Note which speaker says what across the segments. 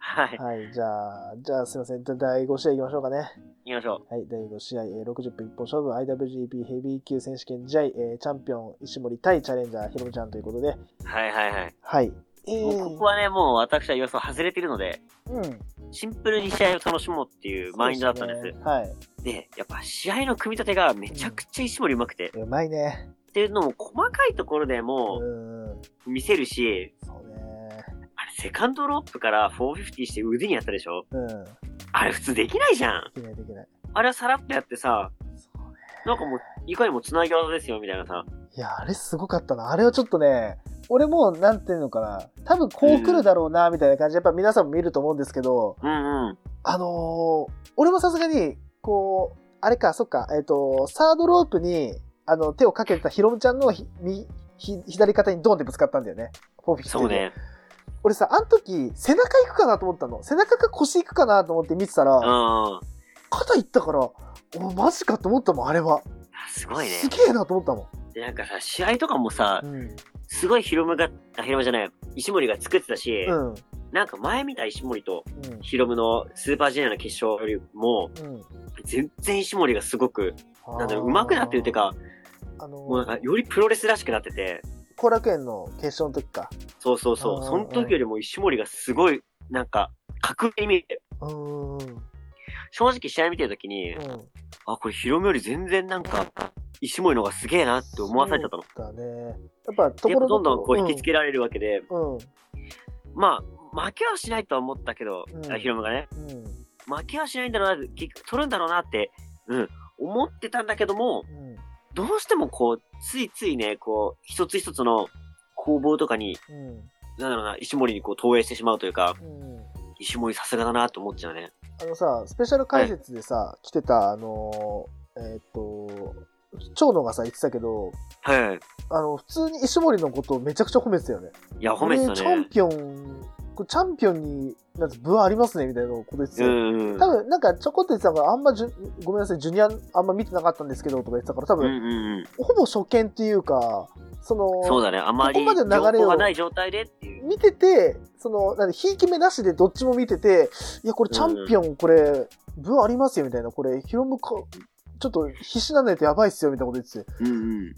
Speaker 1: はい。
Speaker 2: はい、じゃあ、じゃあすいません。じゃあ第5試合いきましょうかね。
Speaker 1: 行きましょう。
Speaker 2: はい、第5試合、えー60分一本勝負 IWGP ヘビー級選手権試合、えーチャンピオン石森対チャレンジャーひろみちゃんということで、
Speaker 1: はいはいはい。
Speaker 2: はい。え
Speaker 1: もうここ
Speaker 2: ー、
Speaker 1: はね、もう私は予想外れてるので、
Speaker 2: うん。
Speaker 1: シンプルに試合を楽しもうっていうマインドだったんです。で
Speaker 2: そうねはい。
Speaker 1: やっぱ試合の組み立てがめちゃくちゃ石森うまくて、
Speaker 2: うまいね。
Speaker 1: っていうのも細かいところでも
Speaker 2: うん。
Speaker 1: 見せるし、
Speaker 2: そうね。
Speaker 1: あれセカンドロップから450して腕にやったでしょ
Speaker 2: うん。
Speaker 1: あれ普通できないじゃん。
Speaker 2: できないできない。
Speaker 1: あれはさらっとやってさ、なんかもう、いかにも繋ぎ技ですよ、みたいなさ。
Speaker 2: いや、あれすごかったな。あれはちょっとね、俺もう、なんていうのかな。多分こう来るだろうな、みたいな感じで、やっぱ皆さんも見ると思うんですけど、
Speaker 1: うんうん。
Speaker 2: あのー俺もさすがに、こう、あれか、そっか、えっ、と、サードロープに、あの、手をかけてたヒロムちゃんのひ、みひ左肩にドンってぶつかったんだよね。フォーフィフティ
Speaker 1: そうね。
Speaker 2: 俺さ、あの時、背中行くかなと思ったの。背中か腰行くかなと思って見てたら、
Speaker 1: うん。
Speaker 2: 肩行ったから、おマジかと思ったもん、あれは。
Speaker 1: すごいね
Speaker 2: す。げえなと思ったも
Speaker 1: で、なんかさ、試合とかもさ、
Speaker 2: ん。うん。
Speaker 1: すごいヒロムが、あ、ヒロムじゃない、石森が作ってたし、
Speaker 2: うん。うん。
Speaker 1: なんか前見た石森とヒロムのスーパージュニアの決勝よりも、
Speaker 2: うん。
Speaker 1: 全然石森がすごく、なんだろう、
Speaker 2: あー
Speaker 1: 上手くなってるっていう、か、
Speaker 2: あの
Speaker 1: もうなんか、よりプロレスらしくなってて、
Speaker 2: 後楽園の決勝の時か。
Speaker 1: そうそうそう、
Speaker 2: あー
Speaker 1: その時よりも石森がすごい、なんか、格上に見えてる、
Speaker 2: うーん。うん。
Speaker 1: 正直試合見てる時に、あ、これヒロムより全然なんか、石森の方がすげえなって思わされちゃったの。
Speaker 2: だね。やっぱ、とこ
Speaker 1: やっぱ
Speaker 2: ろ
Speaker 1: どんどんこう引きつ
Speaker 2: け
Speaker 1: けられるわけで、
Speaker 2: うん。うん。
Speaker 1: まあ、負けはしないとは思ったけど、
Speaker 2: うん
Speaker 1: あヒロムがね、
Speaker 2: うん。
Speaker 1: 負けはしないんだろうな、結局取るんだろうなって、うん、思ってたんだけども、
Speaker 2: うん。
Speaker 1: どうしてもこう、ついついね、こう、一つ一つの攻防とかに、
Speaker 2: うん。
Speaker 1: なんだろうな、石森にこう投影してしまうというか、
Speaker 2: うん。
Speaker 1: 石森さすがだなと思っちゃうね。
Speaker 2: あのさ、スペシャル解説でさ、来てた、あのー、えーっと、長野がさ、言ってたけど、
Speaker 1: はい。
Speaker 2: あの、普通に石森のことをめちゃくちゃ褒めてたよね。
Speaker 1: いや、褒めて
Speaker 2: これチ
Speaker 1: た
Speaker 2: ャン
Speaker 1: ね。
Speaker 2: ピオン、これチャンピオンに、なんて、分ありますね、みたいなこと言ってた
Speaker 1: う
Speaker 2: よ。
Speaker 1: ん。
Speaker 2: 多分、なんか、ちょこっと言ってたから、あんまじゅ、ごめんなさい、ジュニア、あんま見てなかったんですけど、とか言ってたから、多
Speaker 1: うんう
Speaker 2: 分、
Speaker 1: んうん。
Speaker 2: ほぼ初見っていうか、その、
Speaker 1: そうだね。あまり
Speaker 2: ここま
Speaker 1: 情
Speaker 2: での流れ
Speaker 1: 報
Speaker 2: を
Speaker 1: がない状態でっていう。
Speaker 2: 見てて、その、なんで、ひいき目なしでどっちも見てて、いや、これチャンピオン、これ、分ありますよ、みたいな、これ、ヒロムか、ちょっと必死なんないとやばいっすよ、みたいなこと言ってて、
Speaker 1: うんうん。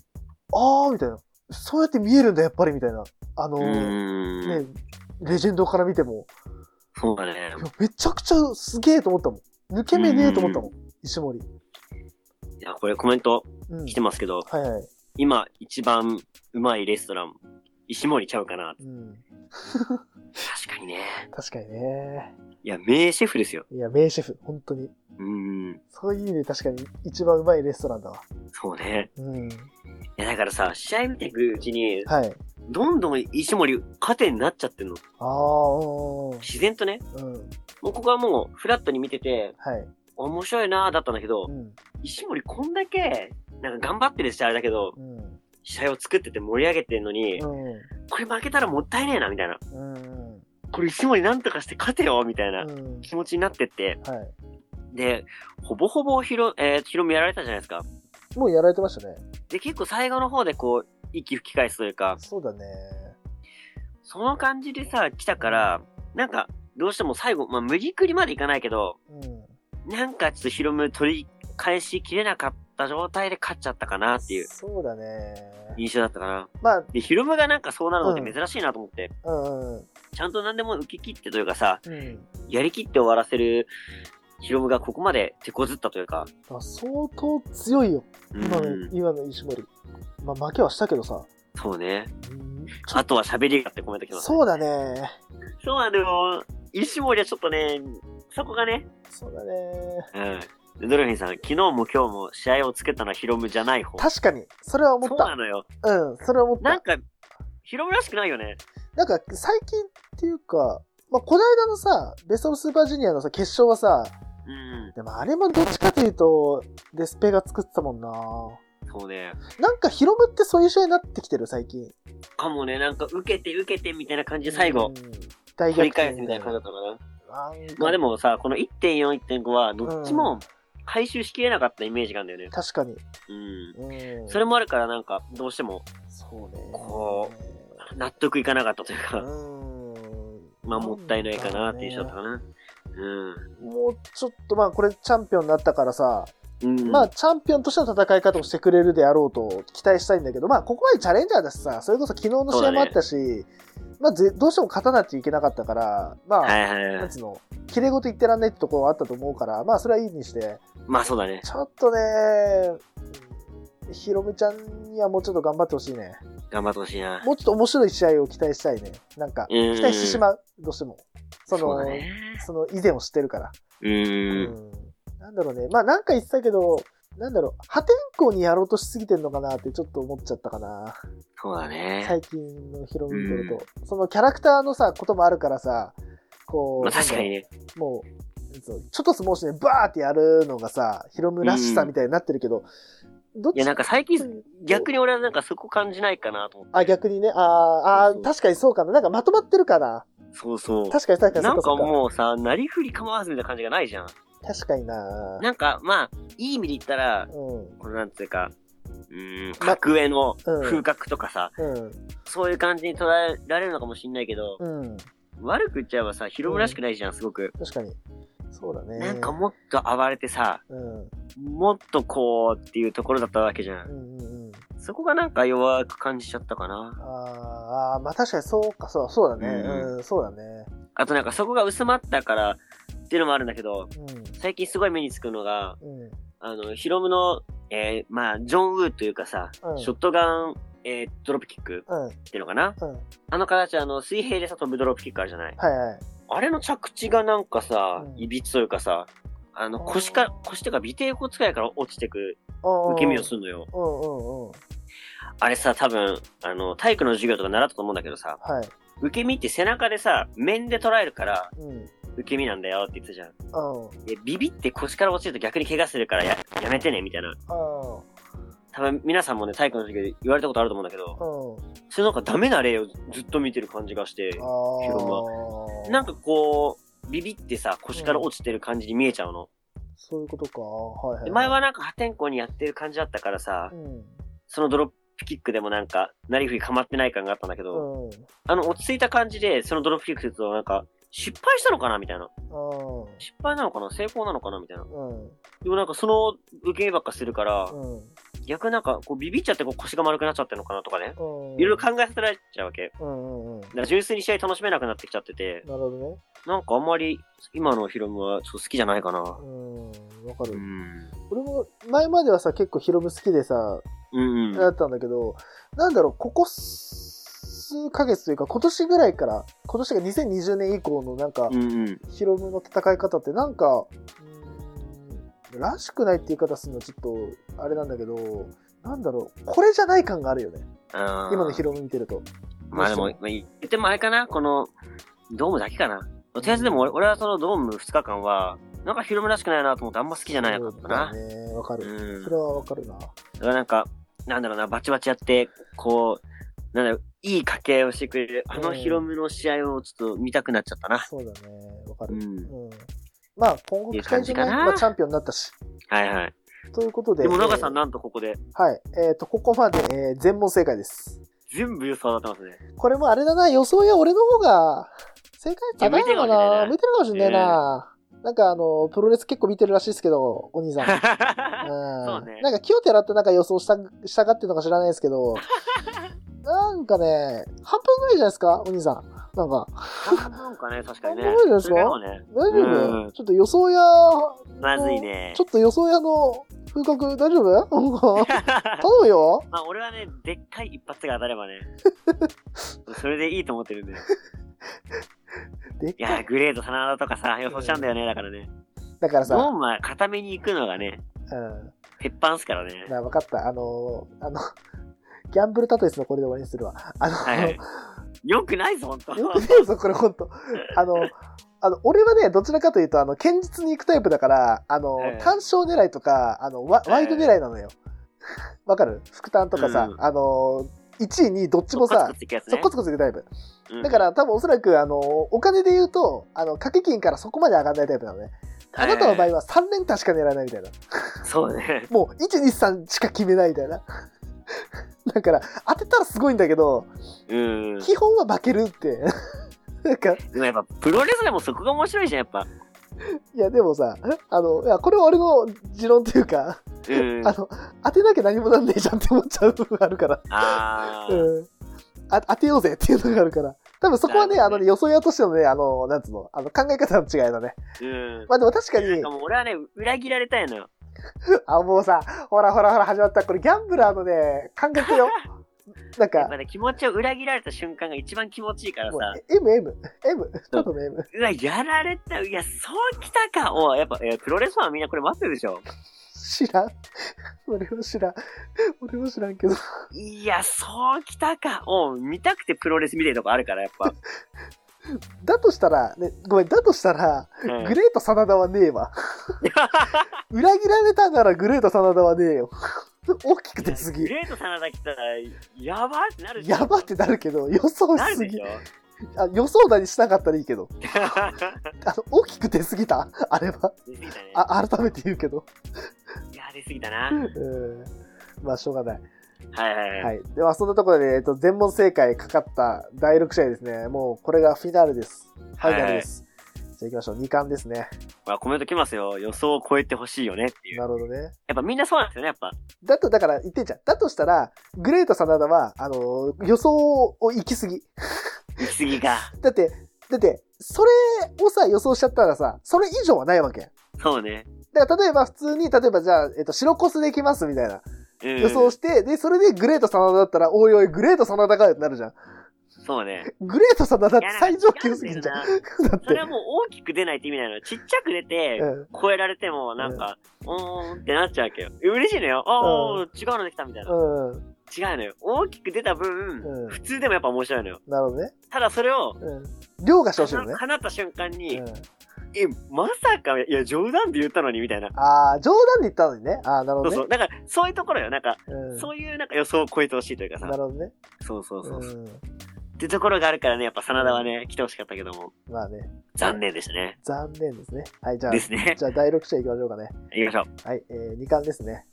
Speaker 2: あー、みたいな。そうやって見えるんだ、やっぱり、みたいな。あの、
Speaker 1: うんうん。
Speaker 2: ね、レジェンドから見ても、
Speaker 1: そうだね
Speaker 2: い。やめちゃくちゃすげえと思ったもん。抜け目ねえと思ったもん、石森。
Speaker 1: いや、これコメント
Speaker 2: うん
Speaker 1: 来。てますけど、
Speaker 2: はいはい。
Speaker 1: 今一番うまいレストラン、石森ちゃうかな。
Speaker 2: うん。
Speaker 1: 確かにね。
Speaker 2: 確かにね。
Speaker 1: いや、名シェフですよ。
Speaker 2: いや、名シェフ、本当に。
Speaker 1: うん。
Speaker 2: そういう意味で確かに一番うまいレストランだわ。
Speaker 1: そうね。
Speaker 2: う
Speaker 1: い
Speaker 2: ん。
Speaker 1: や、だからさ、試合見ていくうちに、
Speaker 2: はい。
Speaker 1: どんどん石森、糧になっちゃってんの。
Speaker 2: あー、うん
Speaker 1: 自然とね。
Speaker 2: うん。うん。
Speaker 1: もうここはもう、フラットに見てて、
Speaker 2: はい。
Speaker 1: 面白いなーだったんだけど
Speaker 2: う、ん。
Speaker 1: 石森こんだけ、なんか頑張ってるしあれだけど、
Speaker 2: うん。
Speaker 1: 試合を作ってて盛り上げてんのに、
Speaker 2: うん。
Speaker 1: これ負けたらもったいねえな、みたいな。
Speaker 2: うん。
Speaker 1: これ石森なんとかして勝てよ、みたいな
Speaker 2: うん。
Speaker 1: 気持ちになってって。
Speaker 2: は
Speaker 1: で、ほぼほぼひろ、えー、ひろみやられたじゃないですか。
Speaker 2: い。もうやられてましたね。
Speaker 1: で、結構最後の方でこう、息吹き返すというか、
Speaker 2: そうだね。
Speaker 1: その感じでさ、来たから、なんか、どうしても最後、まあ、無理くりまでいかないけど、
Speaker 2: うん。
Speaker 1: なんかちょっとヒロム取り返しきれなかった状態で勝っちゃったかなっていう
Speaker 2: そうだね。
Speaker 1: 印象だったかな。
Speaker 2: まあ、
Speaker 1: で、ヒロムがなんかそうなるの
Speaker 2: う
Speaker 1: っ
Speaker 2: ん
Speaker 1: て珍しいなと思って、
Speaker 2: うん。うん
Speaker 1: ちゃんと何でも受け切ってというかさ、
Speaker 2: うん。
Speaker 1: やりきって終わらせるヒロムがここまで手こずったというか、
Speaker 2: あ相当強いよ。
Speaker 1: う
Speaker 2: 今の、
Speaker 1: ん、
Speaker 2: 今の石森。まあ、負けはしたけどさ。
Speaker 1: そうね。
Speaker 2: うん
Speaker 1: あとは喋りがってコメント来てます、
Speaker 2: そうだね。
Speaker 1: そうなのよ。石森はちょっとね、そこがね、
Speaker 2: そうだね。
Speaker 1: うん。ドルフィンさん、昨日も今日も試合をつけたのはヒロムじゃない方。
Speaker 2: 確かに、それは思っ
Speaker 1: そう
Speaker 2: た
Speaker 1: な。のよ。
Speaker 2: うん、それは思っ
Speaker 1: なん
Speaker 2: た。
Speaker 1: か、ヒロムらしくないよね。
Speaker 2: なんか、最近っていうか、まあ、この間のさ、ベストオブスーパージュニアのさ、決勝はさ、
Speaker 1: うん。
Speaker 2: でもあれもどっちかというと、デスペが作ってたもんな
Speaker 1: そうね。
Speaker 2: なんかヒロムってそういう試合になってきてる、最近。
Speaker 1: かもね、なんか受けて受けてみたいな感じで最後
Speaker 2: うん、、
Speaker 1: 取
Speaker 2: 大逆
Speaker 1: り返
Speaker 2: 転
Speaker 1: すみたいな感じだったかな。
Speaker 2: なんか
Speaker 1: まあでもさ、この1.4、1.5はどっちも回収しきれなかったイメージがあるんだよね。
Speaker 2: 確かに。
Speaker 1: うん。
Speaker 2: うん。
Speaker 1: それもあるからなんか、どうしても
Speaker 2: そうね。
Speaker 1: こ納得いかなかったというか、
Speaker 2: うん。
Speaker 1: まあ、もったいないかなっていう人だったかな。
Speaker 2: もうちょっとまあこれチャンピオンになったからさ、
Speaker 1: うん。うん、
Speaker 2: まあチャンピオンとしての戦い方をしてくれるであろうと期待したいんだけど、まあここまでチャレンジャーだしさ、それこそ昨日の試合もあったし、まあぜどうしても勝たなきゃいけなかったから、まあ、
Speaker 1: はいはいは
Speaker 2: なん
Speaker 1: い。
Speaker 2: つうの、綺麗事言ってらんないってところはあったと思うから、まあそれはいいにして、
Speaker 1: まあ、そうだね。
Speaker 2: ちょっとね、ひろみちゃんにはもうちょっと頑張ってほしいね。
Speaker 1: 頑張ってほしいな。
Speaker 2: もうちょっと面白い試合を期待したいね。なんか、
Speaker 1: うんうん
Speaker 2: 期待してしまう、どうしても。そ
Speaker 1: そう
Speaker 2: の、
Speaker 1: だね。
Speaker 2: その以前を知ってるから。
Speaker 1: う。
Speaker 2: うんなんだろうね。まあなんか言ってたけど、なんだろう、破天荒にやろうとしすぎてんのかなってちょっと思っちゃったかな。
Speaker 1: そうだね。
Speaker 2: 最近のヒロミ見てると。そのキャラクターのさ、こともあるからさ、こう、
Speaker 1: まあ、確かにね。
Speaker 2: もう、そうちょっと相撲してね、バーってやるのがさ、ヒロムらしさみたいになってるけど、どっ
Speaker 1: いや、
Speaker 2: ち
Speaker 1: なんか最近、逆に俺はなんかそこ感じないかなと思って。
Speaker 2: あ、逆にね、あーあ
Speaker 1: そうそ
Speaker 2: ー、
Speaker 1: う
Speaker 2: 確かにそうかな。なんかまとまってるかな。
Speaker 1: そうそう。
Speaker 2: 確かに確かに
Speaker 1: な
Speaker 2: そ
Speaker 1: ん
Speaker 2: う
Speaker 1: か
Speaker 2: かそうか。
Speaker 1: もうさ、なりふり構わずみたいな感じがないじゃん。
Speaker 2: 確かにな
Speaker 1: なんか、まあ、いい意味で言ったら、
Speaker 2: うん。
Speaker 1: このなんていうか、うーん、
Speaker 2: ま
Speaker 1: 格上の
Speaker 2: うん
Speaker 1: 風格とかさ、
Speaker 2: うん。
Speaker 1: そういう感じに捉えられるのかもしんないけど、
Speaker 2: うん。
Speaker 1: 悪く言っちゃえばさ、広村らしくないじゃん、すごく。
Speaker 2: 確かに。そうだね。
Speaker 1: なんかもっと暴れてさ、
Speaker 2: うん。うん
Speaker 1: もっとこうっていうところだったわけじゃ。
Speaker 2: うんんうん。
Speaker 1: そこがなんか弱く感じちゃったかな。
Speaker 2: あーあー、まあ確かにそうか、そうそうだね。
Speaker 1: うん
Speaker 2: うん、そうだね。
Speaker 1: あとなんかそこが薄まったからっていうのもあるんだけど、最近すごい目につくのが、
Speaker 2: うん。うん。
Speaker 1: あの、ヒロムの、えー、まあ、ジョン・ウーというかさ、
Speaker 2: うん
Speaker 1: ショットガン、えー、ドロップキック
Speaker 2: うん。
Speaker 1: っていうのかな
Speaker 2: うん。
Speaker 1: あの形、あの、水平でさ、飛ぶドロップキックあるじゃない
Speaker 2: はいはい。
Speaker 1: あれの着地がなんかさ
Speaker 2: う、ん
Speaker 1: いびつというかさ、あの、腰か、腰とか尾低骨くらいから落ちてく受け身をす
Speaker 2: る。
Speaker 1: るのよ。
Speaker 2: うんうんうん。
Speaker 1: あれさ、多分、あの、体育の授業とか習ったと思うんだけどさ、
Speaker 2: はい。
Speaker 1: 受け身って背中でさ、面で捉えるから、
Speaker 2: うん。うん。
Speaker 1: 受け身なんだよって言ってたじゃん。で、ビビって腰から落ちると逆に怪我するからや、やめてね、みたいな。
Speaker 2: うん。
Speaker 1: 多分皆さんもね、体育の授業で言われたことあると思うんだけど、
Speaker 2: うん。
Speaker 1: それなんかダメな例をずっと見てる感じがして、
Speaker 2: ああ。
Speaker 1: なんかこう、ビビってさ、腰から落ちてる感じに見えちゃうの。
Speaker 2: そういうことか。はいはい。
Speaker 1: で前はなんか破天荒にやってる感じだったからさ
Speaker 2: う、ん。
Speaker 1: そのドロップキックでもなんか、なりふり構ってない感があったんだけ
Speaker 2: う
Speaker 1: ど、
Speaker 2: ん。うん。
Speaker 1: あの、落ち着いた感じで、そのドロップキックするとなんか、失敗したのかなみたいな。失敗なのかな成功なのかなみたいな。
Speaker 2: うん。
Speaker 1: でもなんかその受け身ばっかするから、
Speaker 2: うん。
Speaker 1: 逆になんかこうビビっちゃってこう腰が丸くなっちゃってるのかなとかね。
Speaker 2: うん。
Speaker 1: いろいろ考えさせられちゃうわけ。だ
Speaker 2: うんうんうん。な
Speaker 1: から純粋に試合楽しめなくなってきちゃってて、
Speaker 2: るほどね。
Speaker 1: なんかあんまり今のヒロムはちょっと好きじゃないかな。
Speaker 2: うん。わか
Speaker 1: う
Speaker 2: る。
Speaker 1: ん。
Speaker 2: 俺も、前まではさ、結構ヒロム好きでさ、
Speaker 1: うん、
Speaker 2: だ
Speaker 1: うん。
Speaker 2: ったんだけど、なんだろう、ここ数ヶ月というか、今年ぐらいから、今年が2020年以降のなんか
Speaker 1: う、んうん。
Speaker 2: ヒロムの戦い方ってなんか、うーんらしくないって言い方するのはちょっと、あれなんだけど、なんだろう、これじゃない感があるよね。
Speaker 1: 今
Speaker 2: 今のヒロム見てると。
Speaker 1: まあでも、まあ、言ってもあれかなこの、ドームだけかな。とりあえずでも俺俺はそのドーム2日間は、なんか広めらしくないなと思ってあんま好きじゃないかったな
Speaker 2: そ。うだね、わか
Speaker 1: う
Speaker 2: る。
Speaker 1: ん。
Speaker 2: そ
Speaker 1: だ
Speaker 2: れはわかるな。
Speaker 1: からなんか、なんだろうな、バチバチやって、こう、なんだろう、いい掛け合いをしてくれる、あの広めの試合をちょっと見たくなっちゃったな。
Speaker 2: そうだね、わか
Speaker 1: う
Speaker 2: る。
Speaker 1: ん。
Speaker 2: うん。まあ、今後期待じゃな
Speaker 1: いい感
Speaker 2: い
Speaker 1: じかな
Speaker 2: まあ、チャンピオンになったし。
Speaker 1: はいはい。
Speaker 2: ということで。
Speaker 1: でも中さん
Speaker 2: えー
Speaker 1: なんとここで、
Speaker 2: はい。えっ、と、ここまで、えー全問正解です。
Speaker 1: 全部予想当たってますね。
Speaker 2: これもあれだな、予想や俺の方が、正解高いのかな。
Speaker 1: 見
Speaker 2: 見てるかもしんないな。なんかあの、プロレス結構見てるらしいですけど、お兄 さん。
Speaker 1: そ
Speaker 2: うん
Speaker 1: うね
Speaker 2: なんか、清寺ってなんか予想した、したがってるのか知らないですけ ど、なんかね、半分ぐらいじゃないですか、お兄さん。なんか、
Speaker 1: 半分かね、確かにね。
Speaker 2: 半分ぐらいですか
Speaker 1: それらもね、
Speaker 2: 大
Speaker 1: う
Speaker 2: 丈
Speaker 1: ん
Speaker 2: 夫ちょっと予想屋、
Speaker 1: まずいね
Speaker 2: ちょ。っと予想屋の風格大丈夫 なんか頼むよ。
Speaker 1: まあ俺はね、でっかい一発が当たれ ばね、それでいいと思ってるんで。い
Speaker 2: でっか
Speaker 1: やー、
Speaker 2: い。
Speaker 1: グレード、真田とかさ、予想しちゃうんだよね、だからね。
Speaker 2: だから
Speaker 1: ド
Speaker 2: さ、
Speaker 1: ームは固めに行くのがね、
Speaker 2: うん。
Speaker 1: 鉄板っすからね。
Speaker 2: な分かった。あのーあの、ギャンブルタトイスのこれで終わりにするわ。あの、
Speaker 1: はいはい。よくないぞ、ほんと。
Speaker 2: よくねえぞ、これ ほんと。あの、あの、俺はね、どちらかというと、あの、堅実に行くタイプだから、あの、
Speaker 1: ええ
Speaker 2: 単勝狙いとか、あの、ワ
Speaker 1: ええ
Speaker 2: ワイド狙いなのよ。 わかる副単とかさ、
Speaker 1: うん
Speaker 2: あの、1位、2位、どっちも
Speaker 1: コツ
Speaker 2: さ
Speaker 1: コツ、いくやつ
Speaker 2: そ
Speaker 1: ね
Speaker 2: こ。つこついくタイプ。
Speaker 1: うん
Speaker 2: だから、多分おそらく、あの、お金で言うと、あの、掛け金からそこまで上がんないタイプなのね。あなたの場合は3連単しか狙えないみたいな。
Speaker 1: そうね。
Speaker 2: もう、1、2、3しか決めないみたいな。 だから、当てたらすごいんだけど、
Speaker 1: うん。
Speaker 2: 基本は負けるって。 なんか、
Speaker 1: でもやっぱ、プロレスでもそこが面白いじゃん、やっぱ。
Speaker 2: いや、でもさ、あの、いや、これは俺の持論というか、
Speaker 1: うん。
Speaker 2: あの、当てなきゃ何もなんねえじゃんって思っちゃう部分があるから。
Speaker 1: あー。
Speaker 2: うん。あ当てようぜっていうのがあるから。多分そこはね、
Speaker 1: な
Speaker 2: あ
Speaker 1: るほどね
Speaker 2: のね、予想屋としてのね、あの、なんつうの、あの、考え方の違いだね。
Speaker 1: うん。
Speaker 2: まあでも確か
Speaker 1: なん
Speaker 2: に
Speaker 1: か、もう俺はね、裏切られたいのよ。
Speaker 2: あ、もうさ、ほらほらほら始まった。これギャンブラーのね、感 覚よ。なん
Speaker 1: や
Speaker 2: か
Speaker 1: っぱ、ね、気持ちを裏切られた瞬間が一番気持ちいいから
Speaker 2: も
Speaker 1: さ
Speaker 2: う、M、M、M、ただの M。
Speaker 1: うわ、やられた、いや、そうきたか。おうやっぱ、えープロレスファンはみんなこれ待ってるでしょ。
Speaker 2: 知らん。俺も知らん。俺も知らんけど。
Speaker 1: いや、そうきたか。おう見たくてプロレス見てるとこあるから、やっぱ。
Speaker 2: だとしたら、ね、ごめん、だとしたら、
Speaker 1: うん
Speaker 2: グレート真田はねえわ。裏切られたならグレート真田はねえよ。大きく出す
Speaker 1: グ
Speaker 2: ぎ。
Speaker 1: レート真田来たら、やばってなるでしょ
Speaker 2: やばってなるけど、予想
Speaker 1: な
Speaker 2: し
Speaker 1: る
Speaker 2: す
Speaker 1: で
Speaker 2: ぎ
Speaker 1: し。ょ。
Speaker 2: あ予想だにしなかったらいいけど。
Speaker 1: 出
Speaker 2: あの、大きく出すぎたあれは。
Speaker 1: すぎたね。
Speaker 2: あ、改めて言うけど。
Speaker 1: いや、出すぎたな。
Speaker 2: うん。まあ、しょうがない。
Speaker 1: はいはいはい。
Speaker 2: はい。では、そんなところで、えっと、全問正解かかった第6試合ですね。もう、これがフィナーレです。ファイナルです。じゃあ行きましょう。2冠ですね。
Speaker 1: まあ、コメント来ますよ。予想を超えてほしいよねっていう。
Speaker 2: なるほどね。
Speaker 1: やっぱみんなそうなんですよね、やっぱ。
Speaker 2: だと、だから言ってんじゃん。だとしたら、グレート真田は、あの、予想を行き過ぎ。
Speaker 1: 行き過ぎ が。
Speaker 2: だって、だって、それをさ、予想しちゃったらさ、それ以上はないわけ。
Speaker 1: そうね。
Speaker 2: だから、例えば普通に、例えばじゃあ、えっと、白コスで行きますみたいな
Speaker 1: うん
Speaker 2: 予想して、で、それでグレート真田だったら、おいおい、グレート真田かよってなるじゃん。
Speaker 1: そうね。
Speaker 2: グレート真田って最上級すぎんじゃん。
Speaker 1: ゃん。
Speaker 2: だっ
Speaker 1: それ
Speaker 2: て
Speaker 1: は。もう大きく出ないって意味なのよ。ちっちゃく出て、
Speaker 2: うん
Speaker 1: 超えられても、なんか、おーんってなっちゃうわけよ。嬉しいのよ。おー、違うのできたみたいな。
Speaker 2: うん。う
Speaker 1: 違うのよ。大きく出た分、
Speaker 2: ん。
Speaker 1: 普通でもやっぱ面白いのよ。
Speaker 2: なるほどね。
Speaker 1: ただそれを、
Speaker 2: うん。量が少々ね。
Speaker 1: 放った瞬間に、
Speaker 2: うん
Speaker 1: え、まさか、いや、冗談で言ったのに、みたいな。
Speaker 2: ああ、冗談で言ったのにね。ああ、なる
Speaker 1: そう
Speaker 2: ほどね。
Speaker 1: そう。だから、そういうところよ。なんか、
Speaker 2: うん
Speaker 1: そういうなんか予想を超えてほしいというか
Speaker 2: な
Speaker 1: さ。
Speaker 2: るほどね。
Speaker 1: そうそうそう。
Speaker 2: うん
Speaker 1: ってところがあるからね、やっぱ、真田はね、来てほしかったけども、
Speaker 2: まあね、
Speaker 1: 残念でしたね。
Speaker 2: 残念ですね。はい、じゃあ、
Speaker 1: ですね。
Speaker 2: じゃあ第6試合行きましょうかね。
Speaker 1: 行きましょ
Speaker 2: はい、えー、2冠ですね。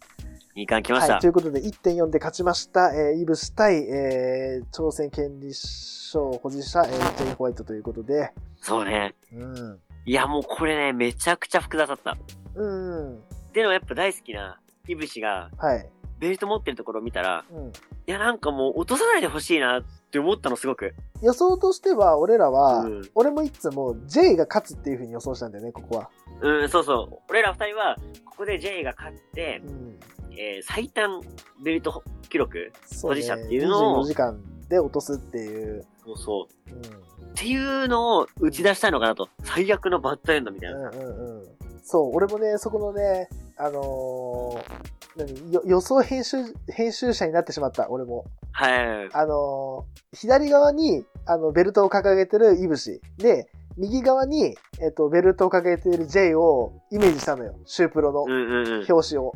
Speaker 1: う。2巻来まし
Speaker 2: は
Speaker 1: た。
Speaker 2: い、ということで1.4で勝ちました、えー、イブス対、えー、朝鮮権利賞保持者、えー、ジェイ・ホワイトということで、
Speaker 1: そうね。
Speaker 2: うん。
Speaker 1: いや、もうこれね、めちゃくちゃ複雑だった。
Speaker 2: うん。
Speaker 1: でもやっぱ大好きな、イブシが、
Speaker 2: はい。
Speaker 1: ベルト持ってるところを見たら、
Speaker 2: うん。
Speaker 1: いや、なんかもう落とさないでほしいなって思ったの、すごく。
Speaker 2: 予想としては、俺らは、
Speaker 1: うん
Speaker 2: 俺もいつも J が勝つっていうふうに予想したんだよね、ここは。
Speaker 1: うん、そうそう。俺ら二人は、ここで J が勝って
Speaker 2: う、ん。
Speaker 1: えー最短ベルト記録
Speaker 2: そう
Speaker 1: 保
Speaker 2: ね、
Speaker 1: 持者っていうのを
Speaker 2: 24時間で落とすっていう。
Speaker 1: そうそう。
Speaker 2: うん。
Speaker 1: っていうのを打ち出したいのかなと。最悪のバッドエンドみたいうな。
Speaker 2: んうんうん。そう、俺もね、そこのね、あのー何よ予想編集、編集者になってしまった、俺も。
Speaker 1: はい。
Speaker 2: あのー左側に、あの、ベルトを掲げてるイブシ。で、右側に、えっと、ベルトを掲げている J をイメージしたのよ。シュープロの
Speaker 1: うんうんうん。
Speaker 2: 表紙を。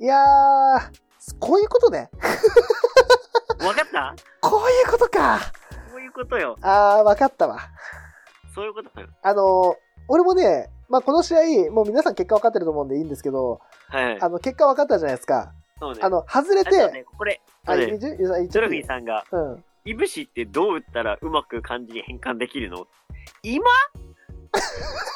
Speaker 2: いやー、こういうことね。
Speaker 1: わかった
Speaker 2: こういうことか。
Speaker 1: そういうことよ。
Speaker 2: あー、わかったわ。
Speaker 1: そういうことよ。
Speaker 2: あのー俺もね、まあ、この試合、もう皆さん結果分かってると思うんでいいんですけど、
Speaker 1: はい。
Speaker 2: あの、結果分かったじゃないですか。
Speaker 1: そうね。
Speaker 2: あの、外れ
Speaker 1: あと
Speaker 2: て、
Speaker 1: ね、これ、あ
Speaker 2: あ、
Speaker 1: と
Speaker 2: い
Speaker 1: ね
Speaker 2: いいいい
Speaker 1: ドルフィンさんが、
Speaker 2: うん。
Speaker 1: いぶしってどう打ったらうまく漢字に変換できるの 今